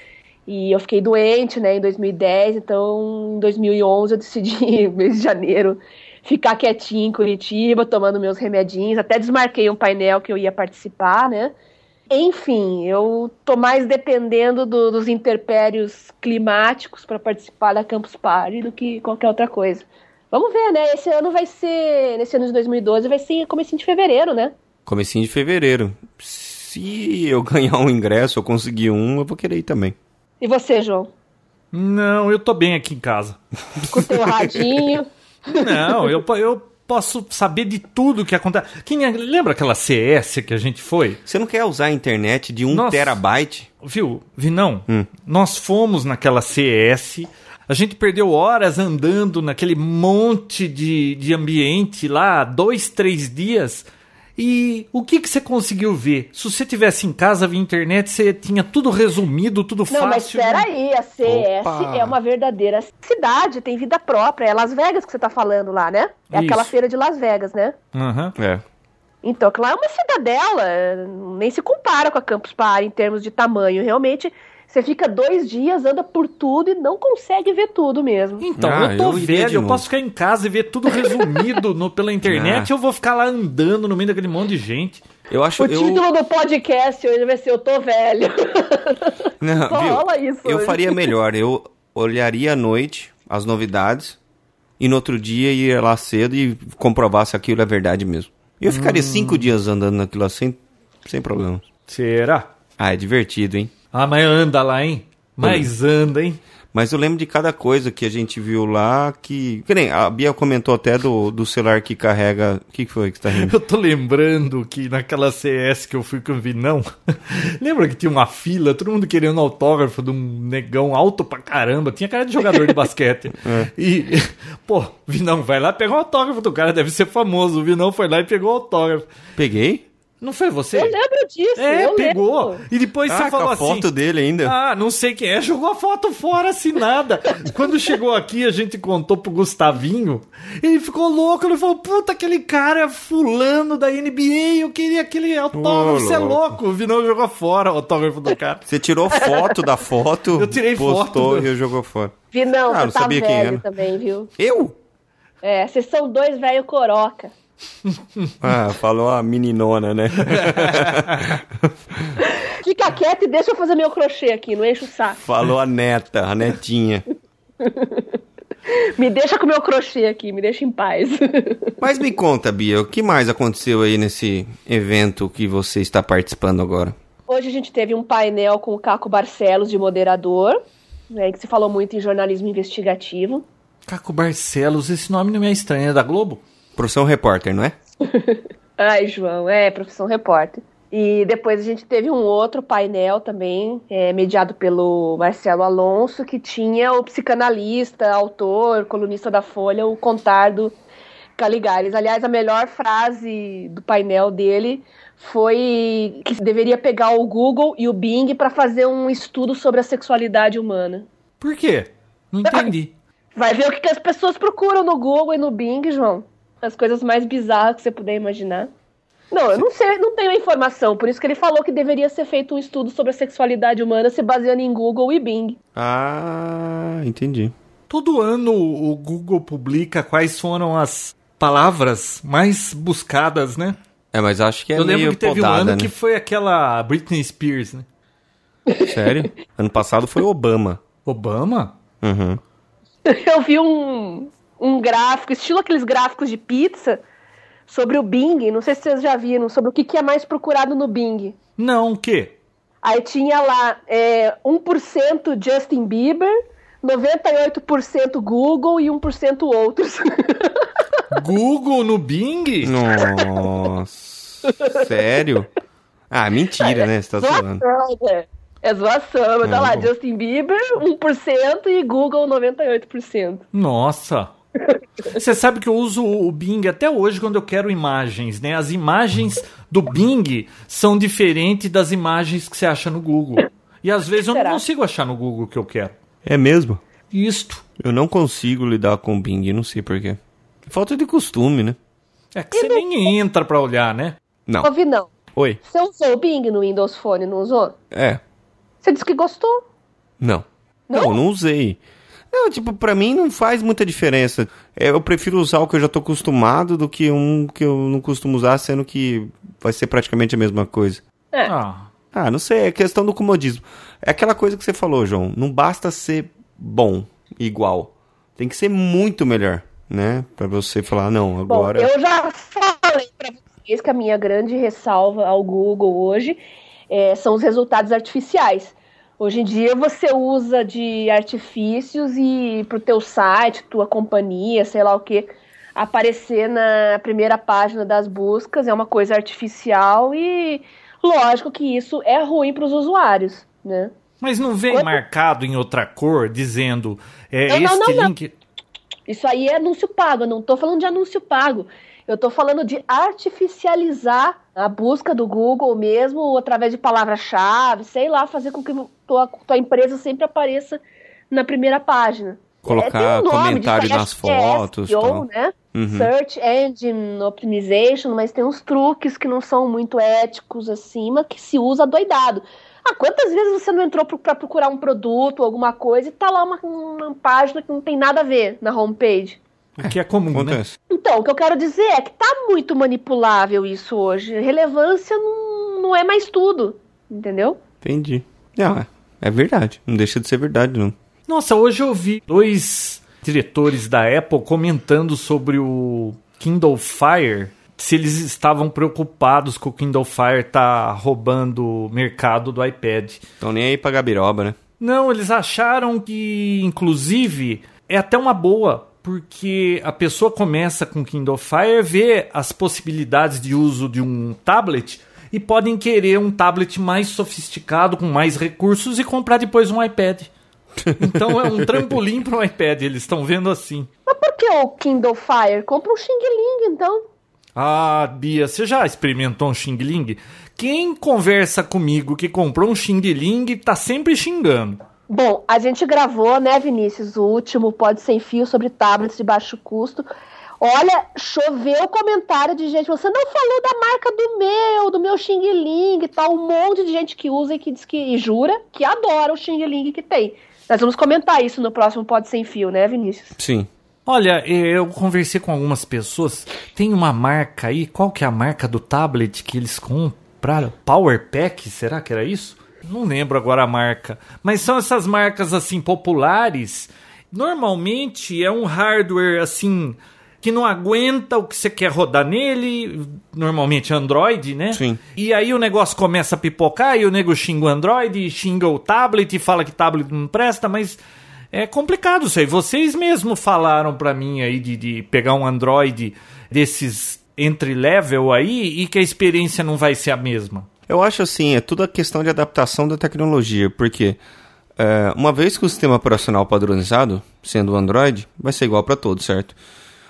E eu fiquei doente, né, em 2010, então em 2011 eu decidi, [LAUGHS] mês de janeiro, ficar quietinha em Curitiba, tomando meus remedinhos, até desmarquei um painel que eu ia participar, né? Enfim, eu tô mais dependendo do- dos interpérios climáticos para participar da Campus Party do que qualquer outra coisa. Vamos ver, né? Esse ano vai ser, nesse ano de 2012 vai ser comecinho de fevereiro, né?
Comecinho de fevereiro. Se eu [LAUGHS] ganhar um ingresso, eu conseguir um, eu vou querer ir também.
E você, João?
Não, eu tô bem aqui em casa.
Curteu o radinho?
Não, eu, po- eu posso saber de tudo que acontece. Quem é- lembra aquela CS que a gente foi?
Você não quer usar a internet de 1
Nossa.
terabyte?
Viu, Vinão?
Hum.
Nós fomos naquela CS. A gente perdeu horas andando naquele monte de, de ambiente lá, dois, três dias. E o que, que você conseguiu ver? Se você tivesse em casa via internet, você tinha tudo resumido, tudo
Não,
fácil. né?
mas peraí, a CS
né? Opa.
é uma verdadeira cidade, tem vida própria. É Las Vegas que você tá falando lá, né? É aquela
Isso.
feira de Las Vegas, né?
Aham.
É.
Então, lá é uma cidadela, nem se compara com a Campus Party em termos de tamanho. Realmente, você fica dois dias, anda por tudo e não consegue ver tudo mesmo.
Então,
Ah,
eu tô
eu iria de
velho, eu
novo.
posso ficar em casa e ver tudo resumido no-
[LAUGHS]
pela
Ah.
internet, eu vou ficar lá andando no meio daquele monte de gente.
Eu acho
O
eu... [LAUGHS]
título do podcast hoje vai ser Eu Tô Velho.
Não,
Só
Ah, viu?
rola isso
Eu
[LAUGHS]
hoje.
faria melhor. Eu olharia à noite as novidades e no outro dia ia lá cedo e comprovar se aquilo é verdade mesmo. Eu ficaria
Hum.
cinco dias andando naquilo lá sem, sem problema.
Será?
Ah, é divertido, hein?
Ah, mas anda lá, hein? Mas anda, hein?
Mas eu lembro de cada coisa que a gente viu lá que. que nem a Bia comentou até do, do celular que carrega. O que que foi que tá
[LAUGHS]
rindo?
Eu tô lembrando que naquela CS que eu fui com o Vinão, [LAUGHS] lembra que tinha uma fila, todo mundo querendo autógrafo de um negão alto pra caramba, tinha cara de jogador de
[LAUGHS]
basquete.
É.
E, [LAUGHS] pô, Vinão, vai lá pegar o autógrafo do cara, deve ser famoso. O Vinão foi lá e pegou o autógrafo.
Peguei?
Não foi você?
Eu lembro disso,
É,
eu
pegou.
lembro.
E depois
Ah,
você falou
com a
assim.
foto dele
[LAUGHS]
ainda.
Ah, não sei quem é, jogou a foto fora assinada. Quando chegou aqui, a gente contou pro Gustavinho, ele ficou louco, ele falou, puta, aquele cara é fulano da NBA, eu queria aquele
Ô,
autógrafo, você é
louco.
louco. O Vinão jogou fora o autógrafo do cara.
Você tirou
[LAUGHS]
foto da foto,
Eu tirei foto
postou
do-
e jogou fora.
Vi, não,
Ah,
você
não
tá
sabia quem
velho
era.
também, viu?
Eu?
É, vocês são dois velho coroca.
Ah, falou a meninona, né?
[LAUGHS]
Fica quieto e deixa eu fazer meu crochê aqui, não enche o saco.
Falou a neta, a netinha.
Me deixa com meu crochê aqui, me deixa em paz. [LAUGHS]
Mas me conta, Bia, o que mais aconteceu aí nesse evento que você está participando agora?
Hoje a gente teve um painel com o Caco Barcelos de moderador, né, que se falou muito em jornalismo investigativo.
[LAUGHS] Caco Barcelos, esse nome não me é estranho, é da Globo?
Profissão repórter, não é?
Ai, João, é, profissão repórter. E depois a gente teve um outro painel também, é, mediado pelo Marcelo Alonso, que tinha o psicanalista, autor, colunista da Folha, o Contardo Caligares. Aliás, a melhor frase do painel dele foi que deveria pegar o Google e o Bing para fazer um estudo sobre a sexualidade humana.
Por quê? Não entendi.
Vai ver o que, que as pessoas procuram no Google e no Bing, João. As coisas mais bizarras que você puder imaginar. Não, eu não sei, não tenho a informação. Por isso que ele falou que deveria ser feito um estudo sobre a sexualidade humana se baseando em Google e Bing. [LAUGHS]
Ah, entendi.
[LAUGHS] Todo ano o Google publica quais foram as palavras mais buscadas, né?
É, mas acho que é
eu lembro
meio
que teve
podada,
um ano
né?
que foi aquela Britney Spears, né?
Sério? [LAUGHS] ano passado foi Obama.
Obama?
Uhum.
Eu vi um, um gráfico, estilo aqueles gráficos de pizza, sobre o Bing. Não sei se vocês já viram, sobre o que, que é mais procurado no Bing.
Não, o quê?
Aí tinha lá é, 1% Justin Bieber, 98% Google e 1% outros.
Google no Bing?
Nossa. Sério? Ah, mentira, né? Você tá zoando.
Zoação, né? É zoação, mas
Ah,
tá lá,
bom.
Justin Bieber 1% e Google 98%.
Nossa. Você sabe que eu uso o Bing até hoje quando eu quero imagens, né? As imagens do Bing são diferentes das imagens que você acha no Google. E às vezes eu não
Será?
consigo achar no Google o que eu quero.
É mesmo?
Isto.
Eu não consigo lidar com o Bing, não sei porquê. Falta de costume, né?
É que você nem entra pra olhar, né?
Não.
Ouvi não.
Oi.
Você usou o Bing no Windows Phone, não usou?
É.
Você disse que gostou.
Não. Não, não, usei. Não, tipo, pra mim não faz muita diferença. É, Eu prefiro usar o que eu já tô acostumado do que um que eu não costumo usar, sendo que vai ser praticamente a mesma coisa.
É.
Ah,
Ah, não sei, é questão do comodismo. É aquela coisa que você falou, João. Não basta ser bom, igual. Tem que ser muito melhor, né? Pra você falar, não,
Bom,
agora.
eu já falei para vocês que a minha grande ressalva ao Google hoje é, são os resultados artificiais. Hoje em dia você usa de artifícios e pro teu site, tua companhia, sei lá o que, aparecer na primeira página das buscas é uma coisa artificial e lógico que isso é ruim para os usuários, né?
mas não vem
Quando-
marcado em outra cor dizendo é
Não, não,
este
não, não.
link.
Isso aí é anúncio pago, eu não tô falando de anúncio pago. Eu tô falando de artificializar a busca do Google mesmo, ou através de palavra-chave, sei lá, fazer com que tua, tua empresa sempre apareça na primeira página.
Colocar
É, tem um nome,
comentário
diz,
nas
acho que é
fotos.
SEO,
tal.
né?
Uhum.
Search Engine Optimization, mas tem uns truques que não são muito éticos assim, mas que se usa doidado. Ah, quantas vezes você não entrou pro- pra procurar um produto, alguma coisa, e tá lá uma, uma página que não tem nada a ver na homepage?
O que é comum, né?
Acontece.
Então, o que eu quero dizer é que tá muito manipulável isso hoje. Relevância não, não é mais tudo, entendeu?
Entendi. Não, é, é verdade. Não deixa de ser verdade, não.
Nossa, hoje eu vi dois diretores da Apple comentando sobre o Kindle Fire, se eles estavam preocupados com o Kindle Fire tá roubando o mercado do iPad.
Então nem aí pra Gabiroba, né?
Não, eles acharam que, inclusive, é até uma boa, porque a pessoa começa com Kindle Fire, vê as possibilidades de uso de um tablet e podem querer um tablet mais sofisticado, com mais recursos e comprar depois um iPad. Então é um trampolim para um iPad, eles estão vendo assim.
Mas por que o Kindle Fire? Compra um Xing Ling, então.
Ah, Bia, você já experimentou um Xing Ling? Quem conversa comigo que comprou um Xing Ling tá sempre xingando.
Bom, a gente gravou, né, Vinícius, o último Pode Sem Fio sobre tablets de baixo custo. Olha, choveu comentário de gente. Você não falou da marca do meu, do meu Xing Ling e tal. Um monte de gente que usa e que diz que e jura que adora o Xing Ling que tem. Nós vamos comentar isso no próximo Pode Sem Fio, né, Vinícius?
Sim.
Olha, eh, eu conversei com algumas pessoas. Tem uma marca aí, qual que é a marca do tablet que eles compraram? Power Pack, será que era isso? Não lembro agora a marca. Mas são essas marcas assim populares. Normalmente é um hardware assim que não aguenta o que você quer rodar nele, normalmente Android, né?
Sim.
E aí o negócio começa a pipocar e o nego xinga o Android, xinga o tablet e fala que tablet não presta, mas é complicado isso aí. Vocês mesmo falaram pra mim aí de, de pegar um Android desses entre-level aí e que a experiência não vai ser a mesma.
Eu acho assim, é tudo a questão de adaptação da tecnologia, porque é, uma vez que o sistema operacional padronizado, sendo o Android, vai ser igual para todos, certo?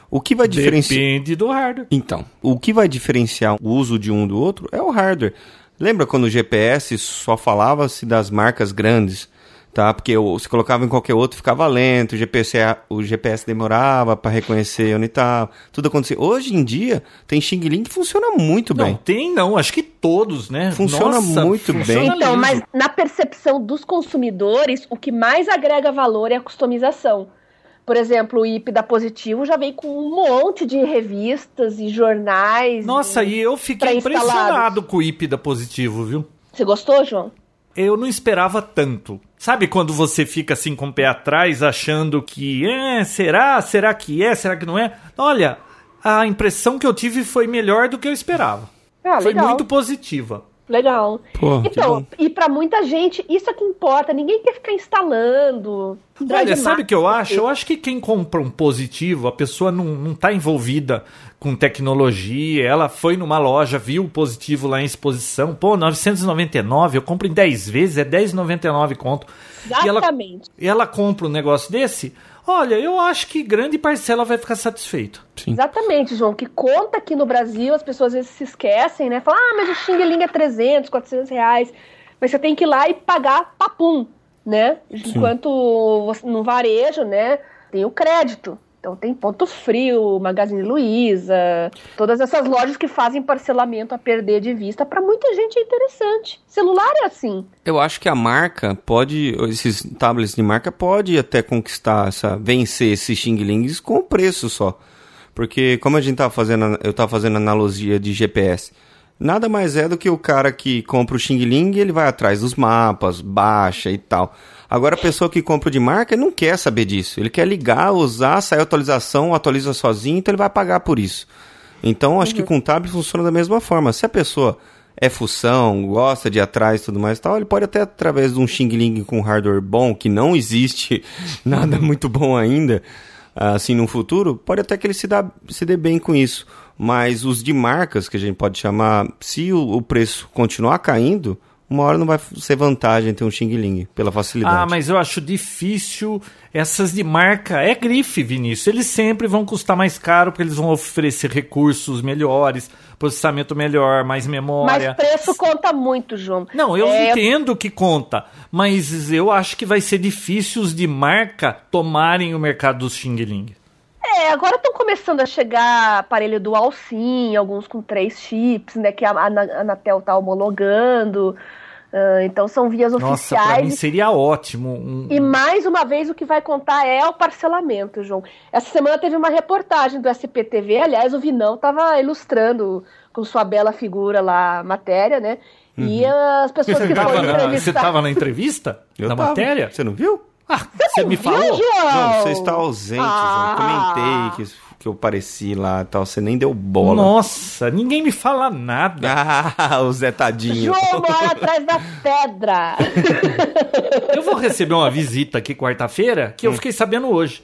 O que vai diferenciar.
Depende do hardware.
Então, o que vai diferenciar o uso de um do outro é o hardware. Lembra quando o GPS só falava-se das marcas grandes, tá? Porque o- se colocava em qualquer outro ficava lento, o GPS, é- o GPS demorava para reconhecer onde estava, tudo acontecia. Hoje em dia, tem Xing Ling que funciona muito
Não,
bem.
tem não, acho que todos, né?
Funciona
Nossa,
muito bem.
funciona
Então,
lindo.
mas na percepção dos consumidores, o que mais agrega valor é a customização. Por exemplo, o IP da Positivo já vem com um monte de revistas e jornais.
Nossa,
e...
e eu fiquei
pré-instalados.
impressionado com o IP da Positivo, viu?
Você gostou, João?
eu não esperava tanto. Sabe quando você fica assim com o pé atrás, achando que é, será, será que é, será que não é? Olha, a impressão que eu tive foi melhor do que eu esperava.
Ah,
foi
legal.
muito positiva.
Legal.
Pô, que bom.
Então, e pra muita gente, isso é que importa. Ninguém quer ficar instalando.
Olha,
drive
sabe o que eu
master.
acho? Eu acho que quem compra um positivo, a pessoa não, não tá envolvida com tecnologia, ela foi numa loja, viu o positivo lá em exposição, pô, 999, eu compro em 10 vezes, é 10,99 conto. E ela
Exatamente.
e ela compra um negócio desse, olha, eu acho que grande parcela vai ficar satisfeita.
Exatamente, João. Que conta aqui no Brasil, as pessoas às vezes se esquecem, né? Falam, ah, mas o Xing Ling é 300, 400 reais. Mas você tem que ir lá e pagar papum, né? Enquanto você- no varejo, né? Tem o crédito. Então tem Ponto Frio, Magazine Luiza, todas essas lojas que fazem parcelamento a perder de vista. Para muita gente é interessante. Celular é assim.
Eu acho que a marca pode, esses tablets de marca pode até conquistar essa, vencer esses Xing Lings com o preço só. Porque como a gente tava fazendo, eu tava fazendo analogia de GPS, nada mais é do que o cara que compra o Xing Ling e ele vai atrás dos mapas, baixa e tal. Agora a pessoa que compra de marca não quer saber disso. Ele quer ligar, usar, sair atualização, atualiza sozinho, então ele vai pagar por isso. Então acho uhum. que com o tablet funciona da mesma forma. Se a pessoa é fução, gosta de ir atrás e tudo mais e tal, ele pode até através de um Xing Ling com hardware bom, que não existe [LAUGHS]
Uhum.
nada muito bom ainda, assim no futuro, pode até que ele se, dá, se dê bem com isso. Mas os de marcas, que a gente pode chamar, se o, o preço continuar caindo, uma hora não vai ser vantagem ter um Xing Ling, pela facilidade.
Ah, mas eu acho difícil. Essas de marca é grife, Vinícius. Eles sempre vão custar mais caro porque eles vão oferecer recursos melhores, processamento melhor, mais memória.
Mas preço conta muito, João.
Não, eu é... entendo que conta, mas eu acho que vai ser difícil os de marca tomarem o mercado dos Xing Ling.
É, agora estão começando a chegar aparelho dual SIM, alguns com três chips, né? Que a, a Anatel tá homologando. Uh, então são vias
Nossa,
oficiais. Pra
mim seria ótimo. Um...
E mais uma vez o que vai contar é o parcelamento, João. Essa semana teve uma reportagem do SPTV, aliás, o Vinão estava ilustrando com sua bela figura lá a matéria, né? Uhum. E as pessoas
você
que
foram na, entrevistar... Você estava na entrevista? Eu na tava. matéria?
Você não viu?
Ah, você, você me falou?
João? Não, você está ausente, ah. João. Comentei que, que eu pareci lá e tal. Você nem deu bola.
Nossa, ninguém me fala
[LAUGHS]
nada.
Ah, o Zé Tadinho.
João mora atrás da pedra.
eu vou receber uma visita aqui quarta-feira
Hum.
que eu fiquei sabendo hoje.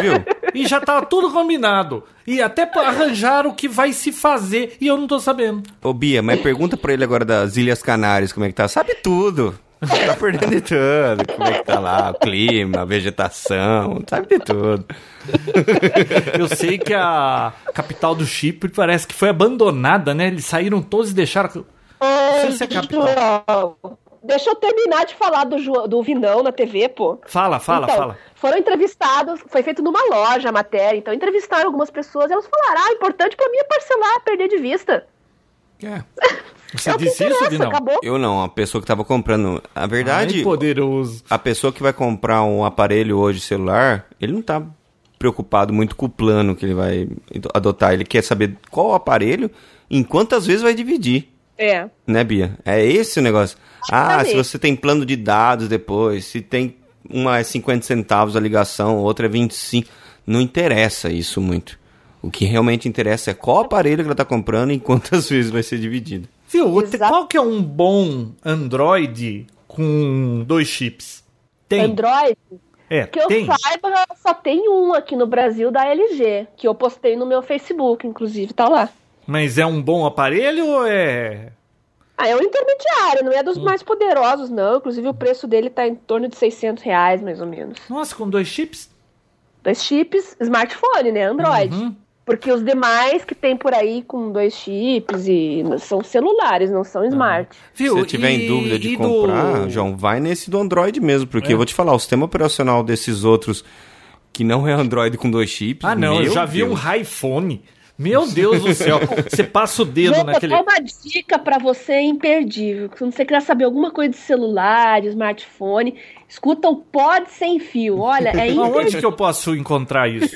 Viu? E já tava tudo combinado. E até arranjar o que vai se fazer e eu não tô sabendo.
Ô, Bia, mas pergunta pra ele agora das Ilhas Canárias como é que tá. Sabe tudo tá perdendo de tudo. Como é que tá lá? O clima, a vegetação, sabe de tudo.
Eu sei que a capital do Chipre parece que foi abandonada, né? Eles saíram todos e deixaram.
Ei, se é capital. João, deixa eu terminar de falar do, do Vinão na TV, pô.
Fala, fala,
então,
fala.
Foram entrevistados, foi feito numa loja a matéria, então entrevistaram algumas pessoas e elas falaram: ah, importante para mim é parcelar, perder de vista.
É. Você é disse isso, Vinão? Acabou.
Eu não, a pessoa que estava comprando. A verdade. Ai,
poderoso.
A pessoa que vai comprar um aparelho hoje celular, ele não está preocupado muito com o plano que ele vai adotar. Ele quer saber qual aparelho, em quantas vezes vai dividir.
É.
Né, Bia? É esse o negócio. Ah, ah se você tem plano de dados depois, se tem uma é 50 centavos a ligação, outra é 25. Não interessa isso muito. O que realmente interessa é qual aparelho que ela está comprando e quantas [LAUGHS] vezes vai ser dividido.
Viu? Exato. Qual que é um bom Android com dois chips?
Tem. Android?
É,
que eu
tem.
saiba, só tem um aqui no Brasil da LG, que eu postei no meu Facebook, inclusive, tá lá.
Mas é um bom aparelho ou é.
Ah, é um intermediário, não é dos hum. mais poderosos, não. Inclusive, o preço dele está em torno de 600 reais, mais ou menos.
Nossa, com dois chips?
Dois chips, smartphone, né? Android. Uhum. Porque os demais que tem por aí com dois chips e são celulares, não são smart. Ah.
Viu? Se eu tiver e, em dúvida de comprar, é um do... João, vai nesse do Android mesmo, porque é. eu vou te falar, o sistema operacional desses outros que não é Android com dois chips.
Ah, não, eu já Deus. vi um iPhone. Meu Deus do céu, você passa o dedo Jota, naquele.
uma dica para você é imperdível. Se você quer saber alguma coisa de celular, de smartphone, escuta o Pod Sem Fio. Olha,
[LAUGHS]
é
imperdível. Onde que eu posso encontrar isso?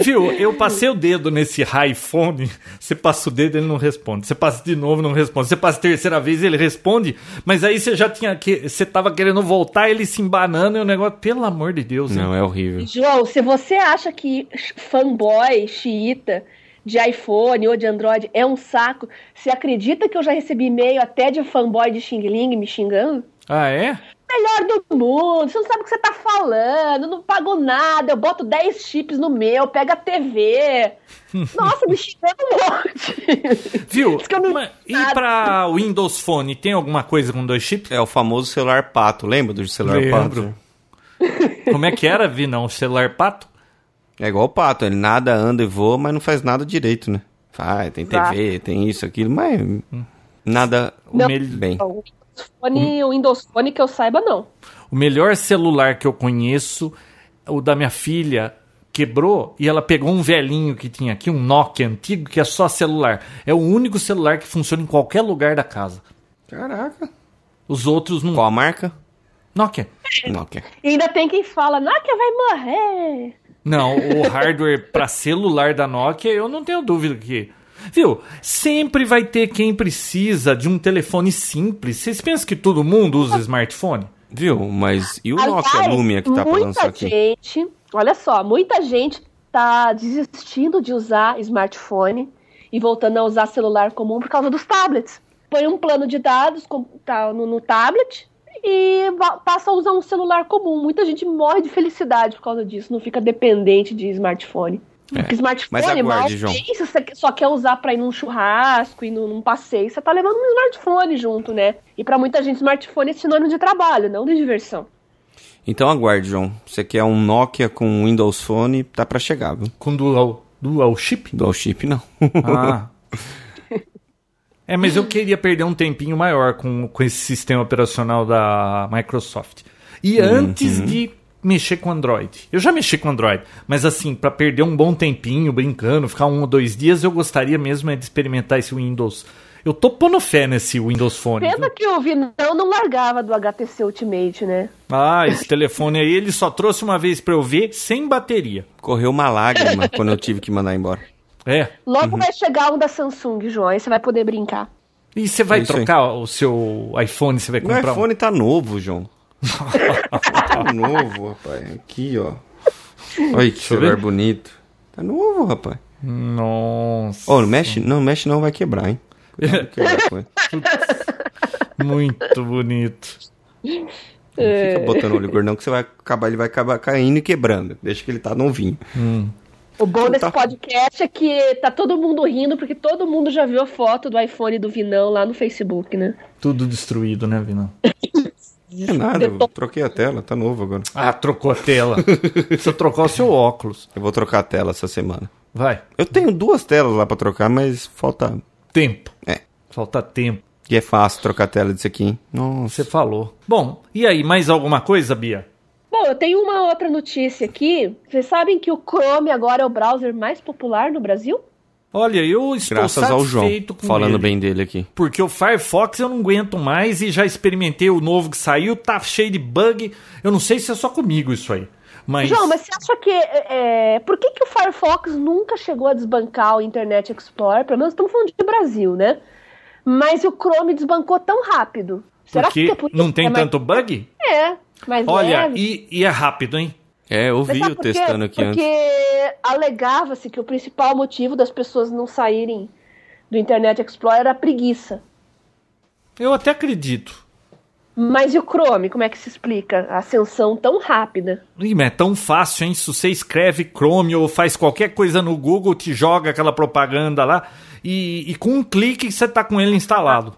Viu, eu passei o dedo nesse iPhone, você passa o dedo, ele não responde. Você passa de novo, não responde. Você passa a terceira vez, ele responde, mas aí você já tinha que você tava querendo voltar, ele se embanando e o negócio, pelo amor de Deus.
Não, hein? é horrível.
João, se você acha que fanboy xiita de iPhone ou de Android é um saco, você acredita que eu já recebi e-mail até de fanboy de Xing Ling me xingando?
Ah, é?
melhor do mundo, você não sabe o que você tá falando, não pago nada, eu boto 10 chips no meu, pega a TV. Nossa, me xingando um monte.
Viu? Mas, e pra Windows Phone, tem alguma coisa com dois chips?
É o famoso celular pato, lembra do celular Lembro.
pato? Como é que era, Vi, não? Celular pato?
É igual o pato, ele nada, anda e voa, mas não faz nada direito, né? Faz, tem TV, Exato. tem isso, aquilo, mas nada
não. bem.
Não Fone, o Windows Phone que eu saiba, não.
O melhor celular que eu conheço, o da minha filha, quebrou e ela pegou um velhinho que tinha aqui, um Nokia antigo, que é só celular. É o único celular que funciona em qualquer lugar da casa.
Caraca.
Os outros não.
Qual a marca?
Nokia.
Nokia.
E ainda tem quem fala, Nokia vai morrer.
Não, o hardware para celular da Nokia, eu não tenho dúvida que. Viu? Sempre vai ter quem precisa de um telefone simples. Vocês pensam que todo mundo usa smartphone?
Viu? Mas e o Nokia Lumia que tá pra
muita
lançar aqui?
gente, olha só, muita gente tá desistindo de usar smartphone e voltando a usar celular comum por causa dos tablets. Põe um plano de dados com- tá, no, no tablet e va- passa a usar um celular comum. Muita gente morre de felicidade por causa disso, não fica dependente de smartphone. Porque smartphone
É, mas aguarde,
mal
João.
tem, se você só quer usar pra ir num churrasco e num, num passeio, você tá levando um smartphone junto, né? E pra muita gente, smartphone é sinônimo de trabalho, não de diversão.
Então aguarde, João. Você quer um Nokia com Windows Phone, tá pra chegar, viu?
Com dual, dual chip?
Dual chip, não. [LAUGHS]
Ah. é, mas eu queria perder um tempinho maior com, com esse sistema operacional da Microsoft.
Uhum.
E antes de mexer com Android. Eu já mexi com Android, mas assim, pra perder um bom tempinho brincando, ficar um ou dois dias, eu gostaria mesmo é de experimentar esse Windows. Eu tô pondo fé nesse Windows Phone.
Pena
viu?
que o Vinão não largava do HTC Ultimate, né?
Ah, esse telefone aí ele só trouxe uma vez pra eu ver sem bateria.
Correu uma lágrima quando eu tive que mandar embora.
É.
Logo vai chegar um da Samsung, João, aí você vai poder brincar.
E você vai
É isso aí.
trocar o seu iPhone, você vai
Meu
comprar um
iPhone tá novo, João. tá novo, rapaz. Aqui, ó. Olha que celular
ver.
bonito. Tá novo, rapaz.
Nossa.
Ô, não mexe, não, mexe não, vai quebrar, hein? Cuidado, vai quebrar, pô.
Muito bonito.
Não fica botando olho gordão que você vai acabar, ele vai acabar caindo e quebrando. Deixa que ele tá novinho.
O bom desse
Tá.
podcast é que tá todo mundo rindo, porque todo mundo já viu a foto do iPhone do Vinão lá no Facebook, né?
Tudo destruído, né, Vinão?
É nada, eu
Deton-
troquei a tela, tá novo agora.
Ah, trocou a tela. Precisa trocar o seu óculos.
Eu vou trocar a tela essa semana.
Vai.
Eu tenho duas telas lá pra trocar, mas falta.
Tempo.
É.
Falta tempo.
E é fácil trocar a tela disso aqui, hein? Nossa.
Você falou. Bom, e aí, mais alguma coisa, Bia?
Bom, eu tenho uma outra notícia aqui. Vocês sabem que o Chrome agora é o browser mais popular no Brasil?
Olha, eu estou
Graças ao João,
satisfeito com
falando
ele,
bem dele aqui.
Porque o Firefox eu não aguento mais e já experimentei o novo que saiu, tá cheio de bug. Eu não sei se é só comigo isso aí. Mas.
João, mas você acha que. é, é, por que, que o Firefox nunca chegou a desbancar o Internet Explorer? Pelo menos estamos falando de Brasil, né? Mas o Chrome desbancou tão rápido. Será
porque
que é por isso
não
que é
tem tanto bug?
Mais, é, mais
Olha,
leve?
e, e é rápido, hein?
É, eu
Mas
vi
sabe
o
por quê?
testando aqui
Porque
antes.
alegava-se que o principal motivo das pessoas não saírem do Internet Explorer era a preguiça.
Eu até acredito.
Mas e o Chrome? Como é que se explica a ascensão tão rápida?
Ih, mas é tão fácil, hein? Se você escreve Chrome ou faz qualquer coisa no Google, te joga aquela propaganda lá e, e com um clique você tá com ele instalado.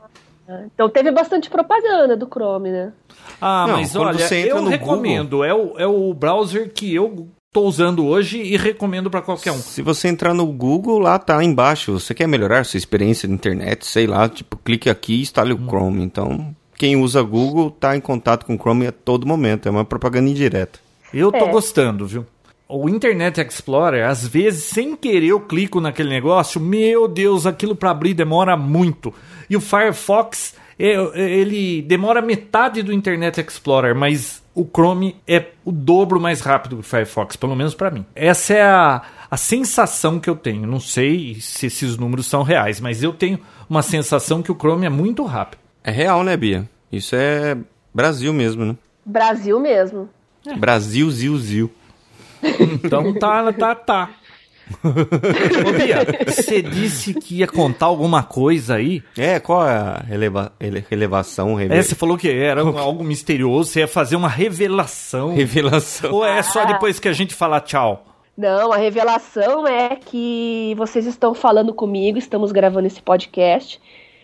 Então teve bastante propaganda do Chrome, né?
Ah,
Não,
mas
quando
olha,
você entra
eu
no
recomendo. É o, é o browser que eu tô usando hoje e recomendo pra qualquer um.
Se você entrar no Google, lá tá embaixo. Você quer melhorar sua experiência na internet, sei lá, tipo, clique aqui e instale o Chrome. Então, quem usa Google tá em contato com o Chrome a todo momento. É uma propaganda indireta.
Eu tô
É.
gostando, viu? O Internet Explorer, às vezes, sem querer, eu clico naquele negócio. Meu Deus, aquilo pra abrir demora muito. E o Firefox, é, é, ele demora metade do Internet Explorer, mas o Chrome é o dobro mais rápido que o Firefox, pelo menos pra mim. Essa é a, a sensação que eu tenho. Não sei se esses números são reais, mas eu tenho uma sensação que o Chrome é muito rápido.
É real, né, Bia? Isso é Brasil mesmo, né?
Brasil mesmo.
Brasil, zil, zil.
Então tá, tá, tá. Ô, Bia, você disse que ia contar alguma coisa aí.
É, qual é a releva- ele- relevação, reve-
É, você falou que era um- algo misterioso, você ia fazer uma revelação.
revelação?
Ou é só depois que a gente falar tchau?
Não, a revelação é que vocês estão falando comigo, estamos gravando esse podcast.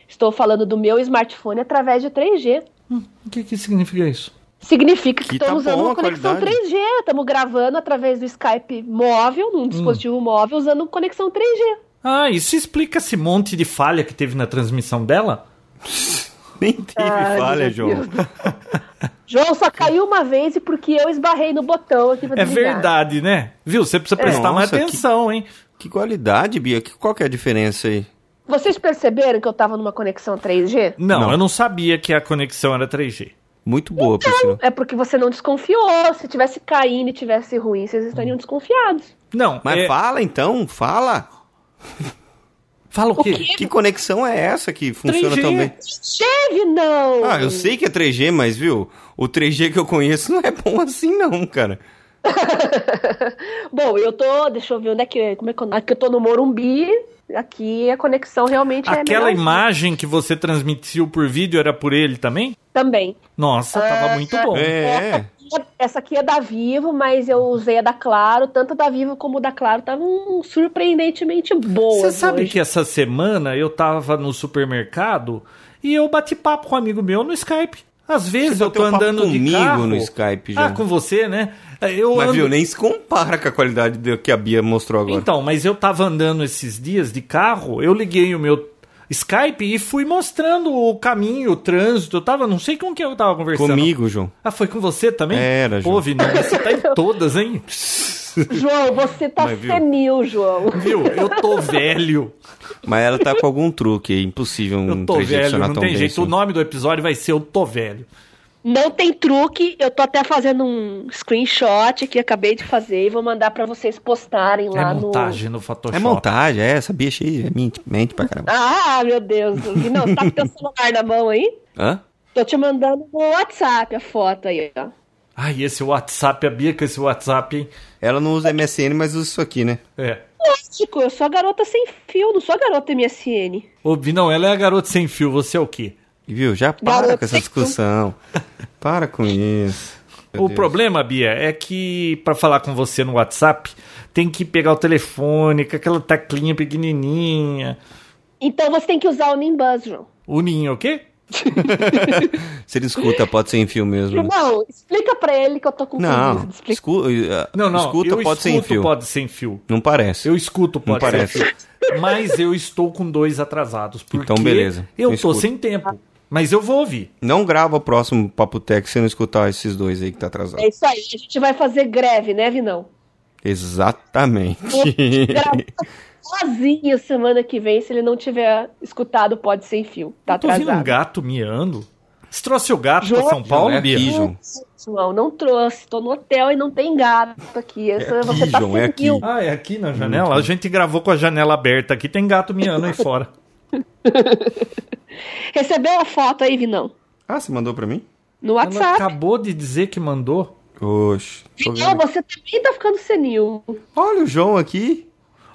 Estou falando do meu smartphone através de 3G.
Hum, O que, que significa isso?
Significa que,
Que tá
estamos usando
bom a
uma conexão
qualidade.
3G. Estamos gravando através do Skype móvel,
Hum.
num dispositivo móvel, usando conexão 3G.
Ah, isso explica esse monte de falha que teve na transmissão dela?
Nem teve
Ai,
falha,
meu
João.
Deus. João, só caiu uma vez e porque eu esbarrei no botão aqui pra
É
desligar.
verdade, né? Viu? Você precisa prestar mais
Nossa, que-
atenção, hein?
Que qualidade, Bia. Que, qual que é a diferença aí?
Vocês perceberam que eu tava numa conexão 3G?
Não,
Não.
eu não sabia que a conexão era 3G.
Muito boa, Priscila.
É porque você não desconfiou. Se tivesse caindo e tivesse ruim, vocês
Hum.
estariam desconfiados.
Não,
Mas
é-
fala então, fala.
fala o quê?
Que conexão é essa que funciona
3G?
tão bem?
Cheve, não!
Ah, eu sei que é 3G, mas viu, o 3G que eu conheço não é bom assim não, cara.
Bom, eu tô. Deixa eu ver onde é que. Como é que eu, aqui eu tô no Morumbi. Aqui a conexão realmente é.
Aquela
melhor.
imagem que você transmitiu por vídeo era por ele também?
Também.
Nossa, tava muito bom.
Essa,
É,
aqui é- essa aqui é da Vivo, mas eu usei a da Claro. Tanto a da Vivo como a da Claro estavam surpreendentemente boas.
Você sabe
hoje.
que essa semana eu tava no supermercado e eu bati papo com um amigo meu no Skype. Às vezes
Você
eu tô
bateu papo
andando de
comigo
carro.
no Skype,
Ah,
João.
com você, né? Eu
mas
ando...
viu, nem se compara com a qualidade do que a Bia mostrou agora.
Então, mas eu tava andando esses dias de carro, eu liguei o meu Skype e fui mostrando o caminho, o trânsito. Eu tava, não sei com quem eu tava conversando.
Comigo, João.
Ah, foi com você também?
Era,
Pô,
João.
Vini, você tá em
[LAUGHS]
todas, hein?
João, você tá
Mas viu?
senil, João.
Viu? Eu tô velho.
Mas ela tá com algum truque, é impossível um
Eu tô
3G
velho,
funcionar
não
tão
tem
bem
jeito. O
assim.
nome do episódio vai ser Eu Tô Velho.
Não tem truque, eu tô até fazendo um screenshot que acabei de fazer e vou mandar pra vocês postarem lá
é
no.
montagem no Photoshop.
É montagem, é, essa Bia é cheia, mente, mente pra caramba.
Ah, meu Deus. Não, tá com teu [LAUGHS] celular na mão aí?
Hã?
Tô te mandando no WhatsApp a foto aí, ó.
Ai, esse WhatsApp, a Bia com esse WhatsApp, hein?
Ela não usa MSN, mas usa isso aqui, né?
É.
Lógico, eu sou a garota sem fio, não sou a garota MSN.
Ô, Vinão, ela é a garota sem fio, você é o quê?
Viu? Já para
Garoto,
com essa discussão.
[LAUGHS]
Para com isso. Meu
o
Deus.
problema, Bia, é que pra falar com você no WhatsApp, tem que pegar o telefone com aquela teclinha pequenininha.
Então você tem que usar o Nimbus, João.
O ninho, o quê?
Se ele escuta, pode ser em fio mesmo. né?
Não, explica pra ele que eu tô com preguiça
Não,
de explicar.
escu- eh,
Não, não.
escuta,
eu
pode ser em
escuto
fio.
pode sem fio.
Não parece.
Eu escuto
Não
pode ser
parece.
sem fio. Mas eu estou com dois atrasados. Porque
Então, beleza.
Eu,
Eu
tô
escuto.
sem tempo. Mas eu vou ouvir.
Não grava o próximo Papo Tech se não escutar esses dois aí que tá atrasado.
É isso aí, a gente vai fazer greve, né, Vinão?
Exatamente.
Vou [LAUGHS]
[LAUGHS]
gravar sozinho semana que vem, se ele não tiver escutado, pode ser em fio. Tá
eu tô ouvindo um
atrasado.
gato miando. Você trouxe o gato pra
João,
São Paulo,
João, é
Bia?
aqui, João.
João, não trouxe. Tô no hotel e não tem gato aqui. Essa,
aqui,
você tá
João, é
sem
aqui.
fio.
Ah, é aqui na janela? A gente gravou com a janela aberta aqui. Tem gato miando aí
[LAUGHS]
fora.
Recebeu a foto aí, Vinão?
Ah, você mandou pra mim?
No
Ela
WhatsApp.
acabou de dizer que mandou.
Oxe. tô vendo.
Vinão, você também tá ficando senil.
Olha o João aqui.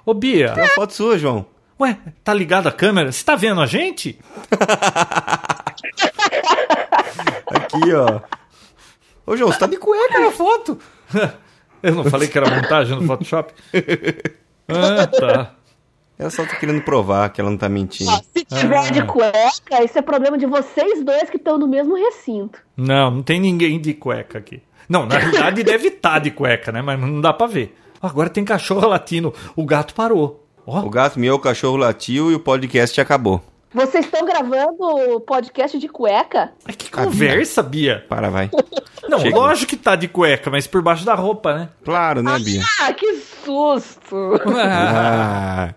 Ô, Bia,
É a foto sua, João.
ué, tá ligada a câmera? Você tá vendo a gente? [LAUGHS]
Aqui, ó. Ô, João, você tá de cueca na foto.
Eu não falei que era montagem no
[LAUGHS]
Photoshop? Ah, tá.
Ela só tá querendo provar que ela não tá mentindo.
Ó, se tiver
Ah.
de cueca, isso é problema de vocês dois que estão no mesmo recinto.
Não, não tem ninguém de cueca aqui. Não, na verdade deve estar de cueca, né? Mas não dá pra ver. Ó, Agora tem cachorro latino. O gato parou. Ó,
O gato miou, o cachorro latiu e o podcast acabou.
Vocês estão gravando o podcast de cueca?
mas que conversa, Bia.
Para, vai.
Não,
Chega.
lógico que tá de cueca, mas por baixo da roupa, né?
Claro, né, Bia?
Ah, que susto!
[LAUGHS] Ah.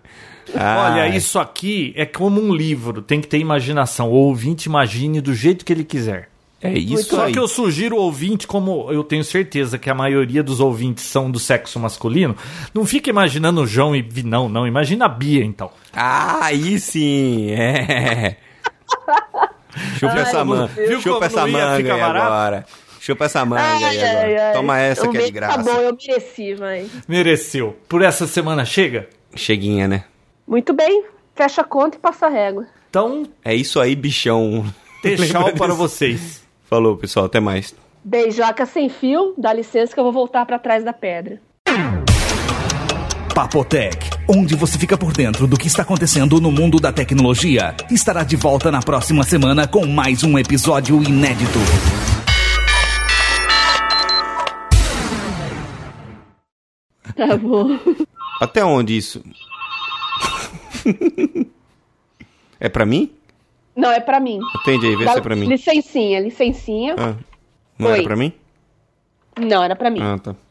Ah.
Olha, isso aqui é como um livro. Tem que ter imaginação. O ouvinte imagine do jeito que ele quiser.
É isso
Só
aí.
que eu sugiro o ouvinte, como eu tenho certeza que a maioria dos ouvintes são do sexo masculino, não fica imaginando o João e Vinão, não. Imagina a Bia, então.
Ah, aí sim, é. Chupa
Ai,
essa manga.
meu
Deus. Viu
Chupa
como
essa
não ia
manga
ficar
aí
barato?
agora. Chupa essa manga aí agora. Toma essa
O
que é de
meu Tá
graça.
bom, eu mereci, vai.
Mereceu. Por essa semana chega?
Cheguinha, né?
Muito bem, fecha a conta e passa a régua.
Então,
É isso aí, bichão.
deixar
Lembra
para
disso?
vocês.
Falou, pessoal. Até mais.
Beijoca sem fio, dá licença que eu vou voltar pra trás da pedra.
Papotec, onde você fica por dentro do que está acontecendo no mundo da tecnologia, estará de volta na próxima semana com mais um episódio inédito.
Tá bom.
Até [LAUGHS] onde isso? é pra mim?
Não, é pra mim.
Atende aí, vê
Dá
se é pra mim.
Licencinha, licencinha.
Ah, não era
Oi.
pra mim?
Não, era pra mim.
Ah, tá.